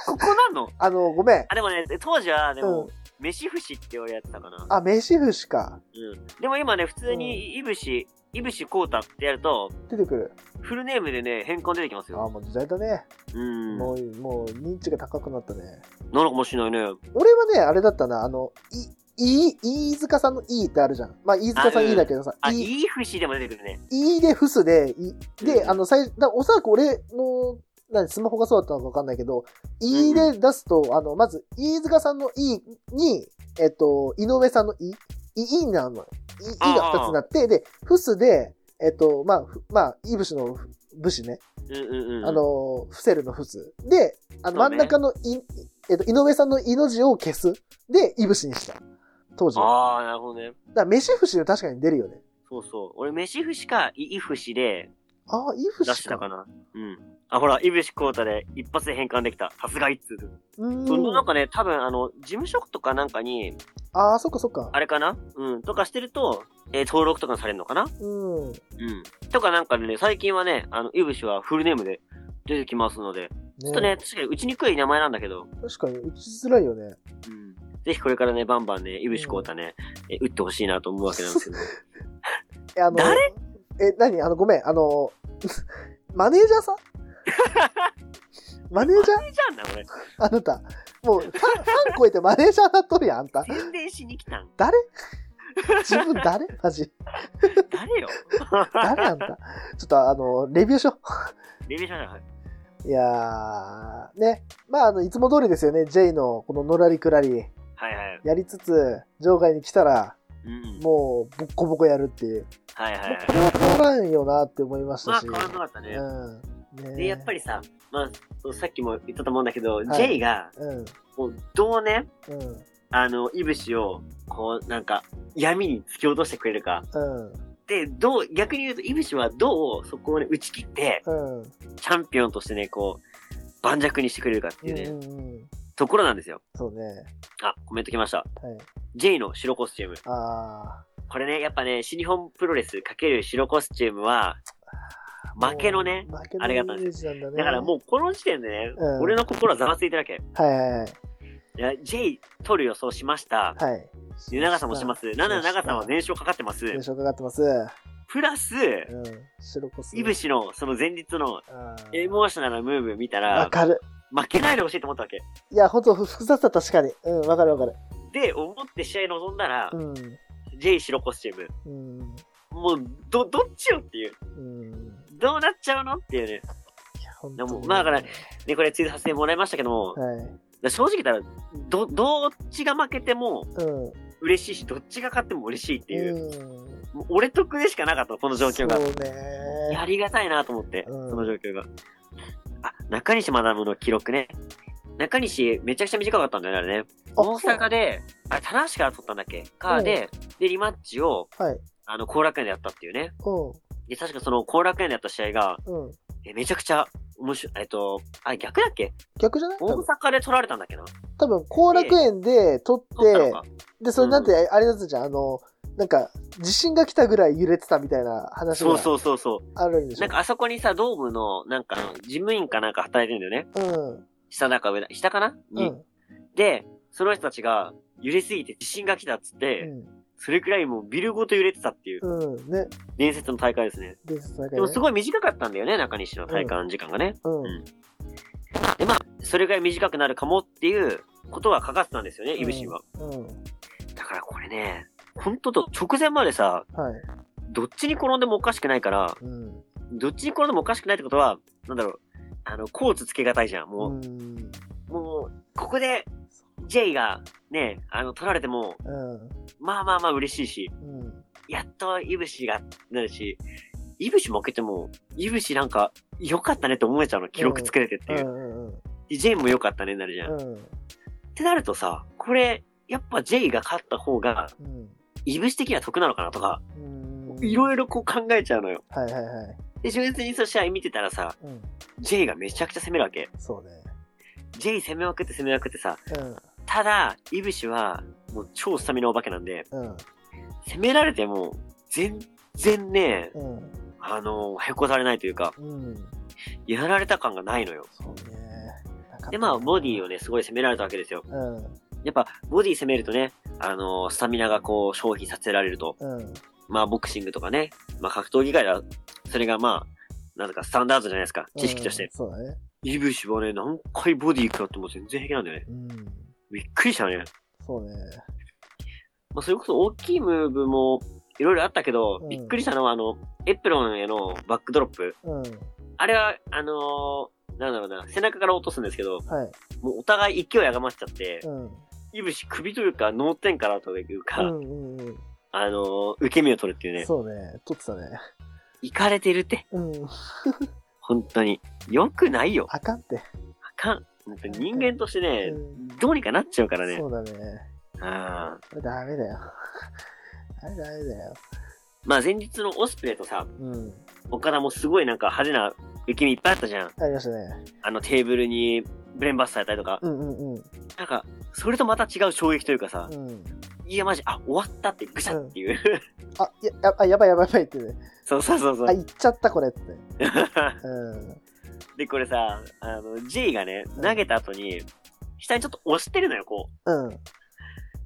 Speaker 1: ここなの
Speaker 2: あの、ごめん。
Speaker 1: あ、でもね、当時は、で
Speaker 2: う
Speaker 1: も
Speaker 2: ん、
Speaker 1: 飯不死って俺やってたかな。
Speaker 2: あ、名刺節か。
Speaker 1: うん。でも今ね、普通にいぶし、いぶしこうたってやると、
Speaker 2: 出てくる。
Speaker 1: フルネームでね、変換出てきます
Speaker 2: あ、
Speaker 1: よ。
Speaker 2: もう時代だね。
Speaker 1: うん。な
Speaker 2: もう、もう、認知が高くなったね。
Speaker 1: のかもしれないね。
Speaker 2: 俺はね、あれだったな、あの、い、い、飯塚さんの E ってあるじゃん。まあ、飯塚さ
Speaker 1: あ
Speaker 2: ん
Speaker 1: うん
Speaker 2: E だけどさ、
Speaker 1: あ、
Speaker 2: い、
Speaker 1: いい不死でも出てくるね。
Speaker 2: いで、フスで、い、で、
Speaker 1: うん
Speaker 2: あの、最初、だおそらく俺の、何、スマホがそうだったのかわかんないけど、E で出すと、あの、まず、飯塚さんの E に、えっと、井上さんの E、い、いになるのよ。い、いが二つになって、で、フスで、えっと、まあ、ふまあ、いぶしの武士ね。
Speaker 1: うんうんうん。
Speaker 2: あ、の、フセルのフス。で、あの
Speaker 1: そ
Speaker 2: 真
Speaker 1: うんね
Speaker 2: 中のい、えっと、井上さんの井の字を消す。で、いぶしにした。当時は。
Speaker 1: あー、なるほどね。
Speaker 2: だから、飯節は確かに出るよね。
Speaker 1: そうそう。俺、飯不死か、いい不死で
Speaker 2: ああ、いぶ
Speaker 1: 出
Speaker 2: し
Speaker 1: してたかな。うん。あ、ほら、いぶしこうたで一発で変換できた。さすが一通。
Speaker 2: うーん
Speaker 1: そのなんかね、多分あの、事務所とかなんかに、
Speaker 2: ああ、そっかそっか
Speaker 1: あ。れかなうん、とかしてると、えー登録とかされるのかな
Speaker 2: う
Speaker 1: う
Speaker 2: ん。
Speaker 1: ん。とかなんかね、最近はね、あの、いぶしはフルネームで出てきますので、ちょっと
Speaker 2: ね
Speaker 1: ね、確かに打ちにくい名前なんだけど、
Speaker 2: 確かに打ちづらいよね。
Speaker 1: うん、ぜひこれからね、バンバンね、井口浩太ね、え打ってほしいなと思うわけなんですけど、
Speaker 2: え、あの、
Speaker 1: 誰
Speaker 2: え、何あの、ごめん、あの、 マネージャ ーさんマネージャー
Speaker 1: じゃんな、俺。
Speaker 2: あなた、もうファン、ファン超えてマネージャーなっとるやん、あ んた。
Speaker 1: 宣伝しに来た ん。
Speaker 2: 誰自分誰マジ。
Speaker 1: 誰よ
Speaker 2: 誰あんた。ちょっとあの、レビューしよ。
Speaker 1: レビューしましょう。はいう
Speaker 2: いやー、ね。まあ、あの、いつも通りですよね。J のこののらりくらり
Speaker 1: はいはい。
Speaker 2: やりつつ、場外に来たら、
Speaker 1: うん。
Speaker 2: もう、ボッコボコやるっていう。
Speaker 1: はいはいはい。
Speaker 2: これは変わらんよなって思いまし
Speaker 1: ま
Speaker 2: た
Speaker 1: あ
Speaker 2: し。
Speaker 1: 変わらなかったね。
Speaker 2: うん。ね
Speaker 1: で、やっぱりさ、まあそう、さっきも言ったと思うんだけど、
Speaker 2: い
Speaker 1: J が、
Speaker 2: うん。
Speaker 1: もう、どうね、
Speaker 2: うん。
Speaker 1: あの、いぶしを、こう、なんか、闇に突き落としてくれるか。
Speaker 2: うん。
Speaker 1: で、どう、逆に言うと、いぶしはどう、そこをね、打ち切って、
Speaker 2: うん。
Speaker 1: チャンピオンとしてね、こう、盤石にしてくれるかっていうね、
Speaker 2: うんうんうん
Speaker 1: ところなんですよ。
Speaker 2: そうね。
Speaker 1: あ、コメント来ました。
Speaker 2: はい。
Speaker 1: J の白コスチューム。
Speaker 2: あ
Speaker 1: これね、やっぱね、新日本プロレス×白コスチュームは、
Speaker 2: ー
Speaker 1: 負けのね、
Speaker 2: 負け
Speaker 1: あれがあった
Speaker 2: の
Speaker 1: ん
Speaker 2: イメージなんだね。
Speaker 1: だからもうこの時点でね、
Speaker 2: うん
Speaker 1: 俺の心はざわついてるわけ。
Speaker 2: う、はいはいはい。
Speaker 1: いや J 取る予想しました。
Speaker 2: はい。
Speaker 1: 湯長さんもします。なんなら長さんは
Speaker 2: ね。
Speaker 1: 年賞かかってます。
Speaker 2: 印象かかってます。
Speaker 1: プラス、
Speaker 2: うん。白コス。
Speaker 1: いぶしのその前日の
Speaker 2: あー
Speaker 1: エモーショナルなムーブ見た
Speaker 2: わ
Speaker 1: ら、
Speaker 2: かる。
Speaker 1: 負けないでほしいと思ったわけ。
Speaker 2: いや、ほんと複雑だった、確かに。うん、わかるわかる。
Speaker 1: で、思って試合臨んだら
Speaker 2: う、ん。
Speaker 1: J 白コスチューム。
Speaker 2: うん。
Speaker 1: もう、ど、どっちよっていう。
Speaker 2: うん。
Speaker 1: どうなっちゃうのっていうね。
Speaker 2: いや、ほん
Speaker 1: で
Speaker 2: と
Speaker 1: も
Speaker 2: に。
Speaker 1: まあだからね、これツイートさせてもらいましたけども、
Speaker 2: はい。
Speaker 1: 正直言ったら、ど、どっちが負けても
Speaker 2: うん。っ
Speaker 1: 嬉しいし、どっちが勝っても嬉しいっていう、
Speaker 2: うん。
Speaker 1: もう俺得でしかなかったの、この状況が。
Speaker 2: そう
Speaker 1: いやあ
Speaker 2: ね。
Speaker 1: りがたいなと思って、
Speaker 2: うん
Speaker 1: その状況が。あ、中西マダムの記録ね。中西、めちゃくちゃ短かったんだよね、あれね。大阪で、あれ、棚橋から取ったんだっけかで、で、リマッチを、
Speaker 2: はい。
Speaker 1: あの、後楽園でやったっていうね。
Speaker 2: そ
Speaker 1: で、確かその後楽園でやった試合が、
Speaker 2: う。うん。うん。
Speaker 1: えめちゃくちゃ面白い、えっと、あ、逆だっけ
Speaker 2: 逆じゃない多
Speaker 1: 大
Speaker 2: 分
Speaker 1: 阪で取られたんだっけな
Speaker 2: 多分、後楽園で撮っ
Speaker 1: 取ったの
Speaker 2: て、
Speaker 1: か。
Speaker 2: で、それなんて、あれだったじゃん、あの、なんか、地震が来たぐらい揺れてたみたいな話
Speaker 1: そう
Speaker 2: が
Speaker 1: そうそうそう。
Speaker 2: あるんでし
Speaker 1: な
Speaker 2: ょ
Speaker 1: ん。かあそこにさ、ドームの、なんか、事務員かなんか働いてるんだよね。
Speaker 2: うん。
Speaker 1: 下だか上だ、下かな
Speaker 2: う
Speaker 1: に、
Speaker 2: ん。
Speaker 1: で、その人たちが、揺れすぎて地震が来たっつって、それくらいもうビルごと揺れてたっていう
Speaker 2: うん。うん。ね。
Speaker 1: 伝説の大会ですね。
Speaker 2: で、なんか
Speaker 1: でもす
Speaker 2: ね。
Speaker 1: ごい短かったんだよね、中西の体感時間がね。
Speaker 2: うん。
Speaker 1: で、まあ、それくらい短くなるかもっていうことは書かせてたんですよね、イブシンは。
Speaker 2: うん。
Speaker 1: だからこれね、本当と直前までさ、
Speaker 2: はい。
Speaker 1: どっちに転んでもおかしくないから、
Speaker 2: うん。
Speaker 1: どっちに転んでもおかしくないってことは、なんだろう、あの、コーツつけがたいじゃん。
Speaker 2: う
Speaker 1: も
Speaker 2: ん。
Speaker 1: う、もう、ここで、J がね、あの、取られても、
Speaker 2: うん。
Speaker 1: まあまあまあ嬉しいし、
Speaker 2: うん。
Speaker 1: やっとイブシがなるし、イブシ負けても、イブシなんか良かったねって思えちゃうの、記録作れてって
Speaker 2: う
Speaker 1: い
Speaker 2: ん。う
Speaker 1: う。
Speaker 2: ん。うん。
Speaker 1: で、ジェイも良かったねになるじゃん。ってなるとさ、これ、やっぱジェイが勝った方が、
Speaker 2: うん。
Speaker 1: イブシ的には得なのかなとか、
Speaker 2: うん。
Speaker 1: いろいろこう考えちゃうのよ。
Speaker 2: はいはいはい。
Speaker 1: で、純粋にその試合見てたらさ、
Speaker 2: うん。
Speaker 1: ジェイがめちゃくちゃ攻めるわけ。
Speaker 2: そうね。
Speaker 1: ジェイ攻めまくって攻めまくってさ、
Speaker 2: うん。
Speaker 1: ただ、イブシは、もう超スタミナお化けなんで、
Speaker 2: うん。
Speaker 1: 攻められても、全然ね、
Speaker 2: うん。
Speaker 1: あの、へこたれないというか、
Speaker 2: うん。
Speaker 1: やられた感がないのよ。
Speaker 2: そうね。
Speaker 1: で、まあ、ボディを
Speaker 2: ね。
Speaker 1: ね、すごい攻められたわけですよ。
Speaker 2: うん。
Speaker 1: やっぱ、ボディ攻めるとね、あのスタミナがこう、消費させられると。
Speaker 2: うん。
Speaker 1: まあ、ボクシングとかね、まあ、格闘技界では、それがまあ、なんだかスタンダードじゃないですか、知識として。
Speaker 2: そうだね。
Speaker 1: イブシはね、何回ボディ食らっても全然平気なんだよね。
Speaker 2: うん。
Speaker 1: びっくりしたね。
Speaker 2: そうね。
Speaker 1: まあ、それこそ大きいムーブも、いろいろあったけど
Speaker 2: う、ん
Speaker 1: びっくりしたのは、あの、エプロンへのバックドロップ。
Speaker 2: うん。
Speaker 1: あれは、あのーなんだろうな、背中から落とすんですけど、
Speaker 2: はい。
Speaker 1: もうお互い勢いあがまっちゃって、
Speaker 2: うん。
Speaker 1: いぶし首というか脳天からというか、
Speaker 2: うんうんうん。
Speaker 1: あのー受け身を取るっていうね、
Speaker 2: そうね。撮ってたね。
Speaker 1: いかれてるって、
Speaker 2: うん。
Speaker 1: 本当に。よくないよ。
Speaker 2: あかんって。
Speaker 1: あかん。本当に人間としてね、
Speaker 2: うん
Speaker 1: どうにかなっちゃうからね
Speaker 2: そ。うだね。
Speaker 1: あー
Speaker 2: これダメだよ。 あれダメだよ。
Speaker 1: まあ前日のオスプレイとさ、
Speaker 2: うん。
Speaker 1: 岡田もすごいなんか派手な受け身いっぱいあったじゃん。
Speaker 2: ありましたね。
Speaker 1: あのテーブルにブレンバスされたりとか。
Speaker 2: うんうんうん。
Speaker 1: なんか、それとまた違う衝撃というかさ、
Speaker 2: うん。
Speaker 1: いやマジ、あ、終わったってぐしゃっていう。
Speaker 2: あ、や、やあやばいやばいやばいってね。
Speaker 1: そうそうそうそ
Speaker 2: あ、
Speaker 1: う。
Speaker 2: 行っちゃったこれって。うん。
Speaker 1: で、これさ、あの、G がね、投げた後に、下にちょっと押してるのよ、こう。
Speaker 2: うん。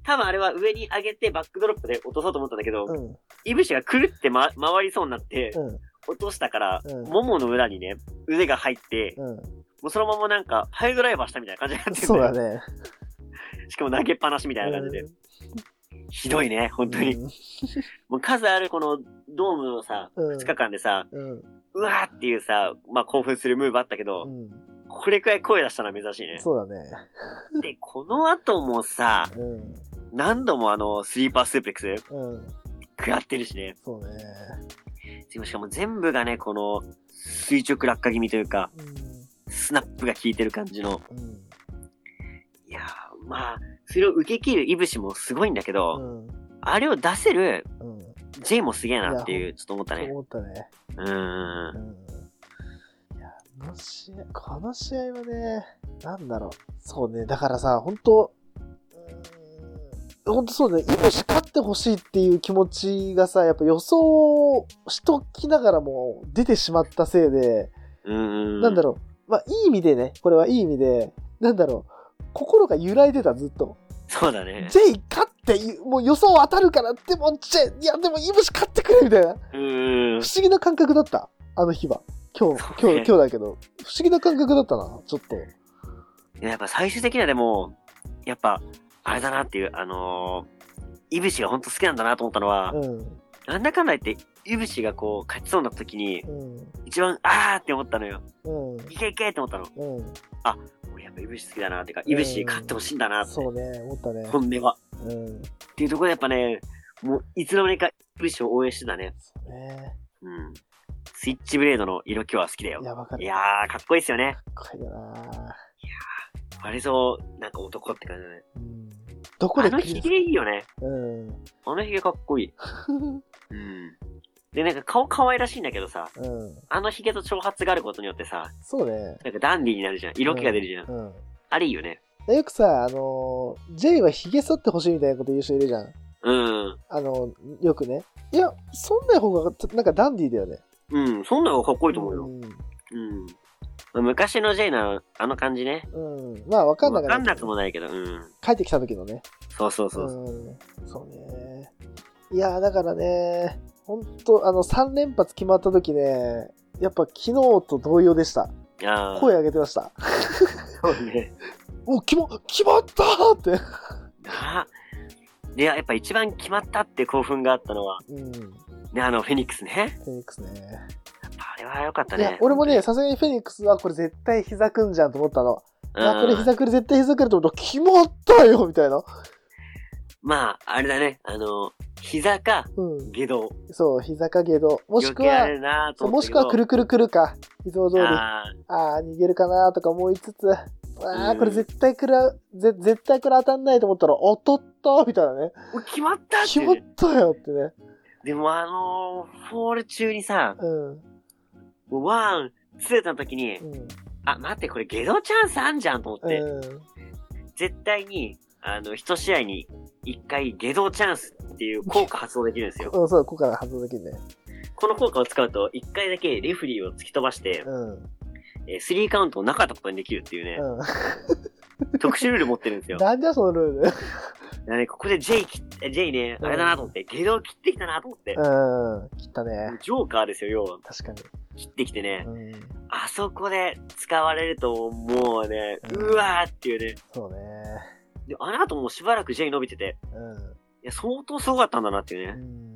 Speaker 1: 多分あれは上に上げてバックドロップで落とそうと思ったんだけど、
Speaker 2: うん。
Speaker 1: いぶしがくるって、ま、回りそうになって、
Speaker 2: うん。
Speaker 1: 落としたから、
Speaker 2: うん
Speaker 1: ももの裏にね、腕が入って、
Speaker 2: うん。
Speaker 1: もうそのままなんか、ハイドライバーしたみたいな感じになってるん
Speaker 2: そうだ
Speaker 1: ね。
Speaker 2: ね。
Speaker 1: しかも投げっぱなしみたいな感じで。ひどいね、本当に。
Speaker 2: うん。
Speaker 1: もう数あるこのドームのさ、
Speaker 2: うん
Speaker 1: 2日間でさ、
Speaker 2: うん。
Speaker 1: うわーっていうさ、まあ興奮するムーブあったけ
Speaker 2: う
Speaker 1: ど、
Speaker 2: ん。
Speaker 1: これくらい声出したのは珍しいね。
Speaker 2: そうだね。
Speaker 1: で、この後もさ、
Speaker 2: うん。
Speaker 1: 何度もあの、スリーパースープレックス
Speaker 2: うん。
Speaker 1: 食らってるしね。
Speaker 2: そうね。
Speaker 1: しかも全部がね、この、垂直落下気味というか、スナップが効いてる感じの。
Speaker 2: うん。うん。
Speaker 1: いやー、まあ、それを受け切るイブシもすごいんだけど、
Speaker 2: うん。
Speaker 1: あれを出せる
Speaker 2: うん。
Speaker 1: J もすげえなっていう、ちょっと思った
Speaker 2: そう
Speaker 1: ね。
Speaker 2: 思ったね。
Speaker 1: うーん
Speaker 2: う。ん。いや、この試合、この試合はね、なんだろう。そうね、だからさ、本当うーん本当そうね、今し勝ってほしいっていう気持ちがさ、やっぱ予想しときながらも出てしまったせいで、
Speaker 1: うーん。
Speaker 2: なんだ
Speaker 1: ろ
Speaker 2: ろう、まあいい意味でね、これはいい意味で、なんだろう、心が揺らいでた、ずっと。
Speaker 1: そうだね。
Speaker 2: ジェイ勝って、もう予想当たるから、でも、ジェイ、いや、でも、イブシ勝ってくれみたいな。
Speaker 1: うーん
Speaker 2: 不。思議な感覚だった。あの日は。今日、
Speaker 1: そう
Speaker 2: 今日
Speaker 1: ね、
Speaker 2: 今日だけど。不思議な感覚だったな、ちょっと。
Speaker 1: いややっぱ最終的にはでも、やっぱ、あれだなっていう、あのー、いぶしがほんと好きなんだなと思ったのは、
Speaker 2: うん。
Speaker 1: なんだかんだ言って、いぶしがこう、勝ちそうになった時に、
Speaker 2: うん。
Speaker 1: 一番、あーって思ったのよ。
Speaker 2: うん。
Speaker 1: いけいけって思ったの。
Speaker 2: うん。
Speaker 1: 俺やっぱいぶし好きだなっていうか、いぶし勝ってほしいんだなって、
Speaker 2: そうね、思ったね。
Speaker 1: 本音は。
Speaker 2: うん。
Speaker 1: っていうところでやっぱね、もう、いつの間にか、いぶしを応援してたね。
Speaker 2: そうね。
Speaker 1: うん。スイッチブレードの色気は好きだよ
Speaker 2: い。や、わか
Speaker 1: い
Speaker 2: る。
Speaker 1: やー、かっこいいっすよね。
Speaker 2: かっこいいよな
Speaker 1: あれそう、なんか男って感じだね。
Speaker 2: うん。どこ
Speaker 1: あ
Speaker 2: で
Speaker 1: のヒゲいいよね。
Speaker 2: うん。
Speaker 1: あのヒゲかっこいい。うん。で、なんか顔可愛らしいんだけどさ、
Speaker 2: うん。
Speaker 1: あのヒゲと長髪があることによってさ、
Speaker 2: そうね。
Speaker 1: なんかダンディーになるじゃん。色気が出るじゃん。
Speaker 2: うん。
Speaker 1: あれいいよね。
Speaker 2: よくさ、あのー、ジェイは髭剃ってほしいみたいなこと言う人いるじゃん。
Speaker 1: うん。
Speaker 2: あの、よくね。いや、そんな方が、なんかダンディーだよね。
Speaker 1: うん。そんなのがかっこいいと思うよ。
Speaker 2: う
Speaker 1: うん。まあ昔の J のあの感じね。
Speaker 2: ん。うん。まあ、わかんな
Speaker 1: わ
Speaker 2: く
Speaker 1: かん
Speaker 2: な
Speaker 1: ないくもないけど、うん。
Speaker 2: 帰ってきた時のね。
Speaker 1: そうそうそう。
Speaker 2: うん、そうね。いやー、だからね、本当あの、3連発決まった時ね、やっぱ昨日と同様でした。
Speaker 1: ああ。
Speaker 2: 声上げてました。
Speaker 1: そう ね。
Speaker 2: お、決ま、決まったーって。
Speaker 1: なあ。で、やっぱ一番決まったって興奮があったのは、
Speaker 2: うん。フ
Speaker 1: ね、あの、フェニックスね。
Speaker 2: ェニックスね。
Speaker 1: やっぱあれは良かった
Speaker 2: いや
Speaker 1: ね。、
Speaker 2: 俺もね、さすがにフェニックスはこれ絶対膝くんじゃんと思ったの。
Speaker 1: う
Speaker 2: いや、これ
Speaker 1: ん、
Speaker 2: 膝くる、絶対膝くると思ったら、決まったよみたいな。
Speaker 1: まあ、あれだね。あの、膝か、
Speaker 2: うん。
Speaker 1: 下道。
Speaker 2: そう、膝かげど。もしく
Speaker 1: 避けられ
Speaker 2: は、
Speaker 1: るなと
Speaker 2: そう
Speaker 1: 思
Speaker 2: も
Speaker 1: った
Speaker 2: し
Speaker 1: け
Speaker 2: く
Speaker 1: ど
Speaker 2: はくるくるくるか。いつも通り。
Speaker 1: あー
Speaker 2: ああ、逃げるかなとか思いつつ、ああ、
Speaker 1: うん
Speaker 2: これ絶対くら、ぜ絶対これ当たんないと思ったら、当たったみたいなね。
Speaker 1: お決まったって
Speaker 2: 決
Speaker 1: いう
Speaker 2: ま
Speaker 1: ね、
Speaker 2: ったよってね。
Speaker 1: でもあのー、フォール中にさ、
Speaker 2: うん。
Speaker 1: もうワン、ツーの時に
Speaker 2: う、ん。
Speaker 1: あ、待って、これ下道チャンスあんじゃんと思って、
Speaker 2: うん。
Speaker 1: 絶対に、あの、一試合に一回下道チャンスっていう効果発動できるんですよ。
Speaker 2: うん、そう、ここから外れきね。
Speaker 1: この効果を使うと、一回だけレフェリーを突き飛ばして、
Speaker 2: うん。うん。
Speaker 1: えースリーカウントをなかったことにできるっていうね、特殊ルール持ってるん ですよ。だ
Speaker 2: なんじゃそのルール。
Speaker 1: からね、ここで J 切っ、え J ね、あれだなと思って、下道切ってきたなと思って、
Speaker 2: うん。切ったね。
Speaker 1: ジョーカーですよ、要は。
Speaker 2: 確かに。
Speaker 1: 切ってきてね、
Speaker 2: うん。
Speaker 1: あそこで使われると、もうね、
Speaker 2: うん
Speaker 1: うわーっていうね。
Speaker 2: そうね。
Speaker 1: で、あの後もうしばらく J 伸びてて、いや、相当すごかったんだなっていう
Speaker 2: うん。
Speaker 1: ね。
Speaker 2: うん。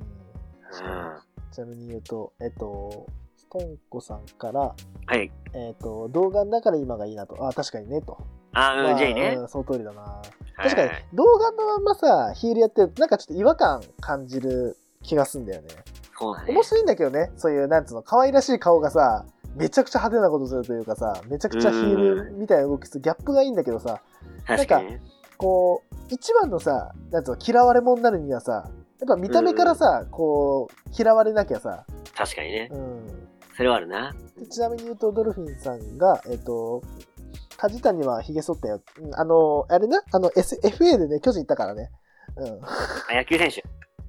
Speaker 2: 確
Speaker 1: う
Speaker 2: かに
Speaker 1: ん。
Speaker 2: ちなみに言うと、えっと、ストンコさんから、
Speaker 1: はい。
Speaker 2: えっと、動画の中で今がいいなと。ああ、確かにね、と。
Speaker 1: あー、
Speaker 2: ま
Speaker 1: う
Speaker 2: あ
Speaker 1: ん、J ね。
Speaker 2: うんその通りだな。
Speaker 1: はい
Speaker 2: 確かに動画のまんまさヒールやってるとなんかちょっと違和感感じる気がすんだよね
Speaker 1: そうだね
Speaker 2: 面。白いんだけどねそういうなんつうの可愛らしい顔がさめちゃくちゃ派手なことするというかさめちゃくちゃヒールみたいな動きするギャップがいいんだけどさ
Speaker 1: 確かにね。
Speaker 2: こう一番のさなんつうの嫌われ者になるにはさやっぱ見た目からさこう嫌われなきゃさ、
Speaker 1: 確かにね。
Speaker 2: うん、
Speaker 1: それはあるな。
Speaker 2: でちなみに言うとドルフィンさんがえっ、と梶谷はヒゲ剃ったようんあのあれなあの、S、FA でね巨人行ったからねうん
Speaker 1: あ、野球選手。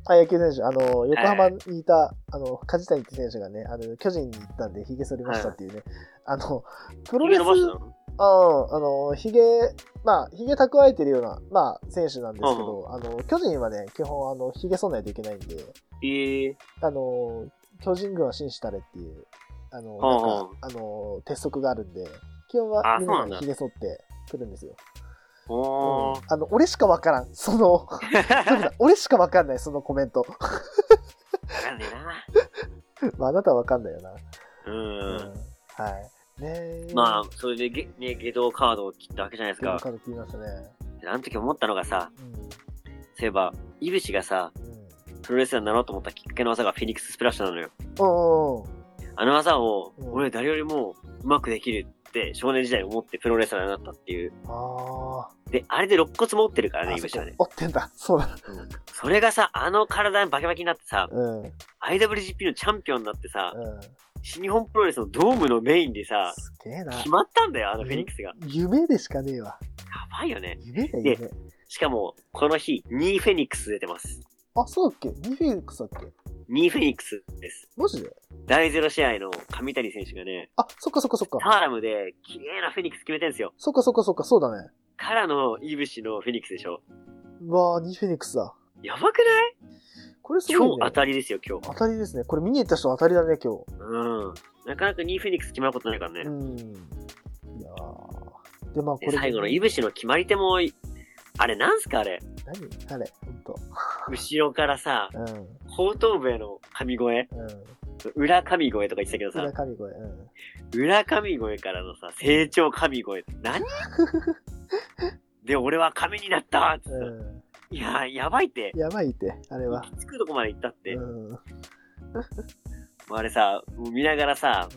Speaker 2: あ、野球選手、あの、横浜にいた、あの、梶谷って選手がね、あの、巨人に行ったんで、髭剃りましたっていうね、あの、プロレス、
Speaker 1: 伸ばしたの
Speaker 2: ああの、ひげ、まあ、ひげ蓄えてるような、まあ、選手なんですけど、あの、巨人はね、基本、あの、ひげ剃んないといけないんで、
Speaker 1: ええ
Speaker 2: あの、巨人軍は紳士たれっていう、あの、
Speaker 1: はあ
Speaker 2: なんか、あの、鉄則があるんで、基本は
Speaker 1: あ
Speaker 2: みん
Speaker 1: そうなん
Speaker 2: な
Speaker 1: だ
Speaker 2: ひげ剃ってくるんですよ。
Speaker 1: おー。
Speaker 2: あの、俺しかわからん。そ の、ジョブさん俺しかわかんない、そのコメント。
Speaker 1: わかんねえな。
Speaker 2: まあ、あなたはわかんないよな。
Speaker 1: うん。
Speaker 2: はい。ねえ。
Speaker 1: まあ、それでゲ、ね、下道カードを切ったわけじゃないです
Speaker 2: ゲーム
Speaker 1: か。
Speaker 2: カード切りましたね。
Speaker 1: あの時思ったのがさ、
Speaker 2: う
Speaker 1: そういえば、イブシがさ、
Speaker 2: ん。うん。
Speaker 1: プロレスラーになろうと思ったきっかけの技がフェニックススプラッシュなのよ。
Speaker 2: おうん。
Speaker 1: あの技を、
Speaker 2: うん
Speaker 1: 俺誰よりもうまくできるって少年時代に思ってプロレスラーになったっていう。
Speaker 2: あ
Speaker 1: で、あれで肋骨持ってるか
Speaker 2: あ。
Speaker 1: らね、イブ
Speaker 2: あ
Speaker 1: シ
Speaker 2: そ
Speaker 1: は
Speaker 2: こ
Speaker 1: ね。
Speaker 2: 折ってんだ。そうだ。
Speaker 1: うんそれがさ、あの体にバキバキになってさ、
Speaker 2: うん。うん。
Speaker 1: IWGP のチャンピオンになってさ、新日本プロレスのドームのメインでさ、
Speaker 2: すげえな。
Speaker 1: 決まったんだよ、あのフェニックスが。や
Speaker 2: 夢でしかねえわ。
Speaker 1: ばいよね。
Speaker 2: 夢だ夢。
Speaker 1: しかも、この日、2フェニックス出てます。
Speaker 2: あ、そうだっけニフェニックスだっけ
Speaker 1: 2フェニックスです。
Speaker 2: マジで
Speaker 1: 第0試合の上谷選手がね、
Speaker 2: あ、そっかそっかそっ
Speaker 1: タ
Speaker 2: か。
Speaker 1: ーラムで綺麗なフェニックス決めてんですよ。
Speaker 2: そっかそっかそっか、そうだね。
Speaker 1: からのイブシのフェニックスでしょ。
Speaker 2: うわあニフェニックスだ。
Speaker 1: やばくない
Speaker 2: これすごい
Speaker 1: 超
Speaker 2: ね。
Speaker 1: 当たりですよ、今日。
Speaker 2: 当たりですね。これ見に行った人当たりだね、今日。
Speaker 1: うん。なかなか2フェニックス決まることないからね。
Speaker 2: うん。いやーで、まあこ
Speaker 1: で
Speaker 2: れ。
Speaker 1: 最後のイブシの決まり手も、あれなんすかあれ。
Speaker 2: 何あれほんと。
Speaker 1: 後ろからさ、
Speaker 2: うん。
Speaker 1: 後頭部への神声
Speaker 2: うん。
Speaker 1: 裏神声とか言ってたけど
Speaker 2: 裏
Speaker 1: さ、
Speaker 2: 神声。うん。
Speaker 1: 裏神声からのさ、成長神声。 何で、俺は神になったっつってさ
Speaker 2: う
Speaker 1: いやー、やばいって
Speaker 2: ん。。やばいって、あれは。
Speaker 1: 行き着くとこまで行ったっ
Speaker 2: う
Speaker 1: て。
Speaker 2: ん。うん。
Speaker 1: もうあれさ、もう見ながらさ、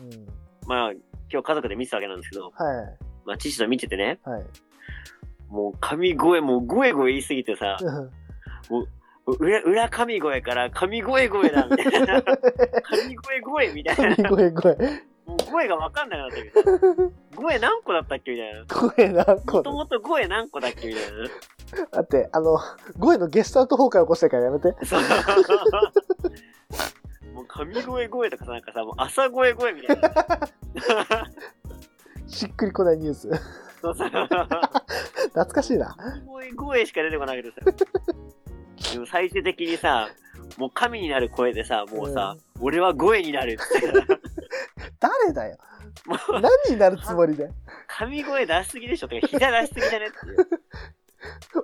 Speaker 1: まあ、今日家族で見てたわけなんですけど、
Speaker 2: はい。
Speaker 1: まあ、父と見ててね、
Speaker 2: はい。
Speaker 1: もう神声、もうゴエゴエ言いすぎてさ、
Speaker 2: うん
Speaker 1: 裏、裏神声から神声声だ、みたい な。神声声みたいな。
Speaker 2: 神声声。
Speaker 1: もう声がわかんなくなったけどさ、 声何個だったっけみたいな。
Speaker 2: 声何個
Speaker 1: も
Speaker 2: だ
Speaker 1: ともと声何個だっけみたいな。
Speaker 2: だって、あの、声のゲストアウト崩壊起こしたからやめて。
Speaker 1: そう。 もう神声声とかさ、なんかさ、もう朝声声みたいな。
Speaker 2: しっくりこないニュース。
Speaker 1: そうそう。
Speaker 2: 懐かしいな。
Speaker 1: 声声しか出てこないけどさ。でも最終的にさ、もう神になる声でさ、もうさ、俺は声になるって。
Speaker 2: 誰だよ。
Speaker 1: もう
Speaker 2: 何になるつもりで。
Speaker 1: 神声出しすぎでしょとか、膝出しすぎじゃねっていう。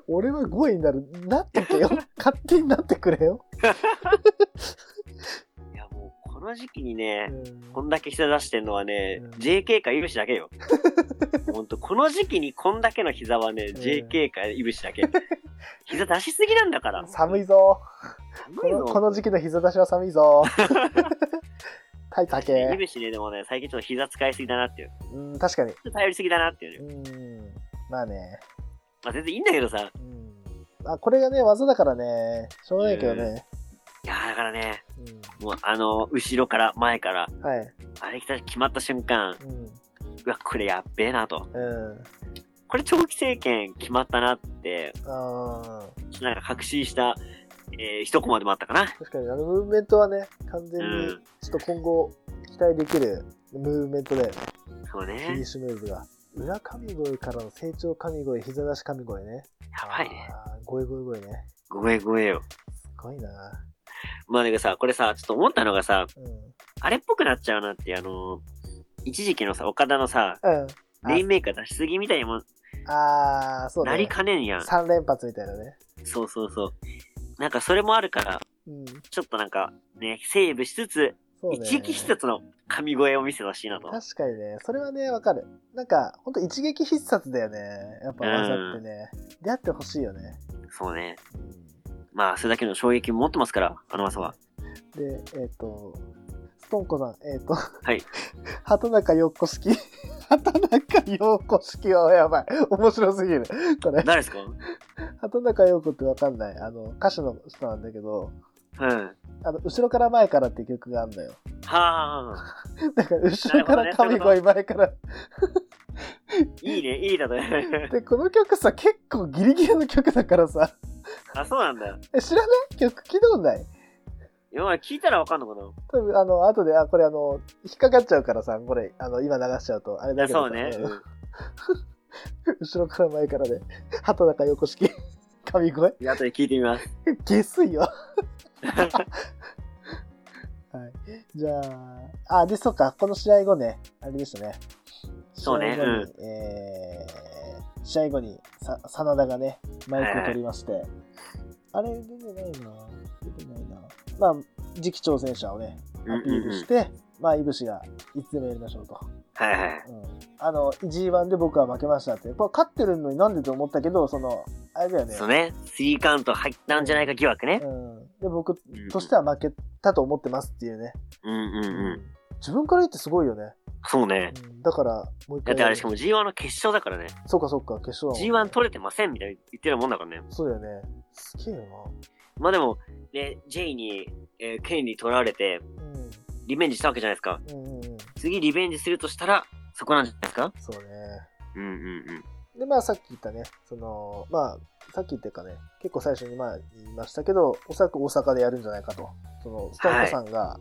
Speaker 2: 俺は5位になる。なってけよ。勝手になってくれよ。
Speaker 1: いやもうこの時期にね、
Speaker 2: うん
Speaker 1: こんだけ膝出してんのはね、
Speaker 2: うん
Speaker 1: JK かイブシだけよ。ほんと、この時期にこんだけの膝はね、JK かイブシだけ。膝出しすぎなんだから。
Speaker 2: 寒いぞ
Speaker 1: 寒
Speaker 2: こ
Speaker 1: い
Speaker 2: の。こ
Speaker 1: ぞ。
Speaker 2: の時期の膝出しは寒 いぞはい、
Speaker 1: イ
Speaker 2: 竹。
Speaker 1: ブシね、でもね、最近ちょっと膝使いすぎだなっていう。ち
Speaker 2: うん、確かに。
Speaker 1: ょっと頼りすぎだなっていう
Speaker 2: う
Speaker 1: ね。
Speaker 2: ん。まあね。
Speaker 1: まあ全然いいんだけどさ。
Speaker 2: うん。あ、これがね、技だからね。しょうがないけどね。
Speaker 1: いやーだからね、
Speaker 2: う
Speaker 1: もうあの、後ろから、前から、
Speaker 2: ん。はい。
Speaker 1: あれ来た決まった瞬間、
Speaker 2: うん。
Speaker 1: うわ、これやっべえなと。
Speaker 2: うん。
Speaker 1: これ長期政権決まったなって、
Speaker 2: あー
Speaker 1: ちょっとなんか確信した、えー、一コマでもあったかな。
Speaker 2: 確かに、あのムーブメントはね、完全
Speaker 1: う
Speaker 2: に
Speaker 1: ん、
Speaker 2: ちょっと今後、期待できるムーブメントだよね。
Speaker 1: そう
Speaker 2: フィニッ
Speaker 1: ね。
Speaker 2: シュムーブが。裏神声からの成長神声、膝出し神声ね。
Speaker 1: やばいね。
Speaker 2: あー。ごいごいごいね。
Speaker 1: ごめんごめんよ。
Speaker 2: すごいな。
Speaker 1: まあだけどさ、これさ、ちょっと思ったのがさ、
Speaker 2: うん。うん。
Speaker 1: あれっぽくなっちゃうなって、あのー一時期のさ、岡田のさ、
Speaker 2: あ
Speaker 1: レインメーカー出しすぎみたいにも
Speaker 2: あー、そう
Speaker 1: な
Speaker 2: だね
Speaker 1: り。かねんやん。
Speaker 2: 3連発みたいなね。
Speaker 1: そうそうそう。なんかそれもあるから、
Speaker 2: うん。
Speaker 1: ちょっとなんか、ね、セーブしつつ、
Speaker 2: そうね。
Speaker 1: 一撃一つの神声を見せてほしいなと。
Speaker 2: 確かにね、それはね、わかる。なんか、ほんと一撃必殺だよね。やっぱ技ってね。出会ってほしいよね。
Speaker 1: そうね。
Speaker 2: うん
Speaker 1: まあ、それだけの衝撃持ってますから、あの技 は。
Speaker 2: で、えっ、と、ストンコさん、えっ、と、
Speaker 1: はい。
Speaker 2: 畑中陽子式。 畑中陽子式はやばい。面白すぎる。これ。
Speaker 1: 誰ですか
Speaker 2: 畑中陽子ってわかんない。あの、歌手の人なんだけど、
Speaker 1: うん。は
Speaker 2: あの、後ろから前からって曲があるんだよ。
Speaker 1: あ。
Speaker 2: だから、後ろから神声前から。
Speaker 1: いいね、いいだと。
Speaker 2: で、この曲さ、結構ギリギリの曲だからさ、
Speaker 1: あ、そうなんだよ。
Speaker 2: え、知らない曲聞いたことない
Speaker 1: いや、聞いたらわかんのかな
Speaker 2: 多分、あの、後で、あ、これあの、引っかかっちゃうからさ、これ、あの、今流しちゃうと、あれ
Speaker 1: いや
Speaker 2: だけど
Speaker 1: そう
Speaker 2: さ
Speaker 1: ね。
Speaker 2: うん
Speaker 1: うん
Speaker 2: 後ろから前からで、畑中横式、 神声、
Speaker 1: いや後で聞いてみ ます。
Speaker 2: 下水よ。はい。じゃあ、あ、で、そっか、この試合後ね、あれでしたね。
Speaker 1: そうね
Speaker 2: 試合後にえー、試合後に、さ、真田がね、マイクを取りまして、あれ、出てないな出てないなまあ、次期挑戦者をね、
Speaker 1: うん
Speaker 2: ア
Speaker 1: う
Speaker 2: ピ
Speaker 1: ん
Speaker 2: ー
Speaker 1: う
Speaker 2: ル
Speaker 1: ん
Speaker 2: し。て、まあ、いぶしが、いつでもやりましょうと。
Speaker 1: はいはい。
Speaker 2: うん。あの、G1 で僕は負けましたって。これ勝ってるのになんでと思ったけど、その、あれだよね。
Speaker 1: そうね。スリーカウント入ったんじゃないか疑惑ね。
Speaker 2: うん。で、僕
Speaker 1: うん
Speaker 2: としては負けたと思ってますっていうね。
Speaker 1: うんうんうん。
Speaker 2: 自分から言ってすごいよね。
Speaker 1: そうね。
Speaker 2: うんだから、もう一
Speaker 1: だ
Speaker 2: 回。
Speaker 1: ってあれしかも G1 の決勝だからね。
Speaker 2: そうかそうか、決勝だもん
Speaker 1: G1 取れてませんみたいな言ってるもんだからね。
Speaker 2: そうだよね。すげえよ
Speaker 1: まあでも、ね、J に、えー権利取られて、
Speaker 2: な。うん。
Speaker 1: リベンジしたわけじゃないですか。
Speaker 2: うんうんうん。
Speaker 1: 次リベンジするとしたら、そこなんじゃないですか
Speaker 2: そうね。
Speaker 1: うんうんうん。
Speaker 2: で、まあさっき言ったね、その、まあ、さっきっていうかね、結構最初にまあ言いましたけど、おそらく大阪でやるんじゃないかと。その、スタッフさんが、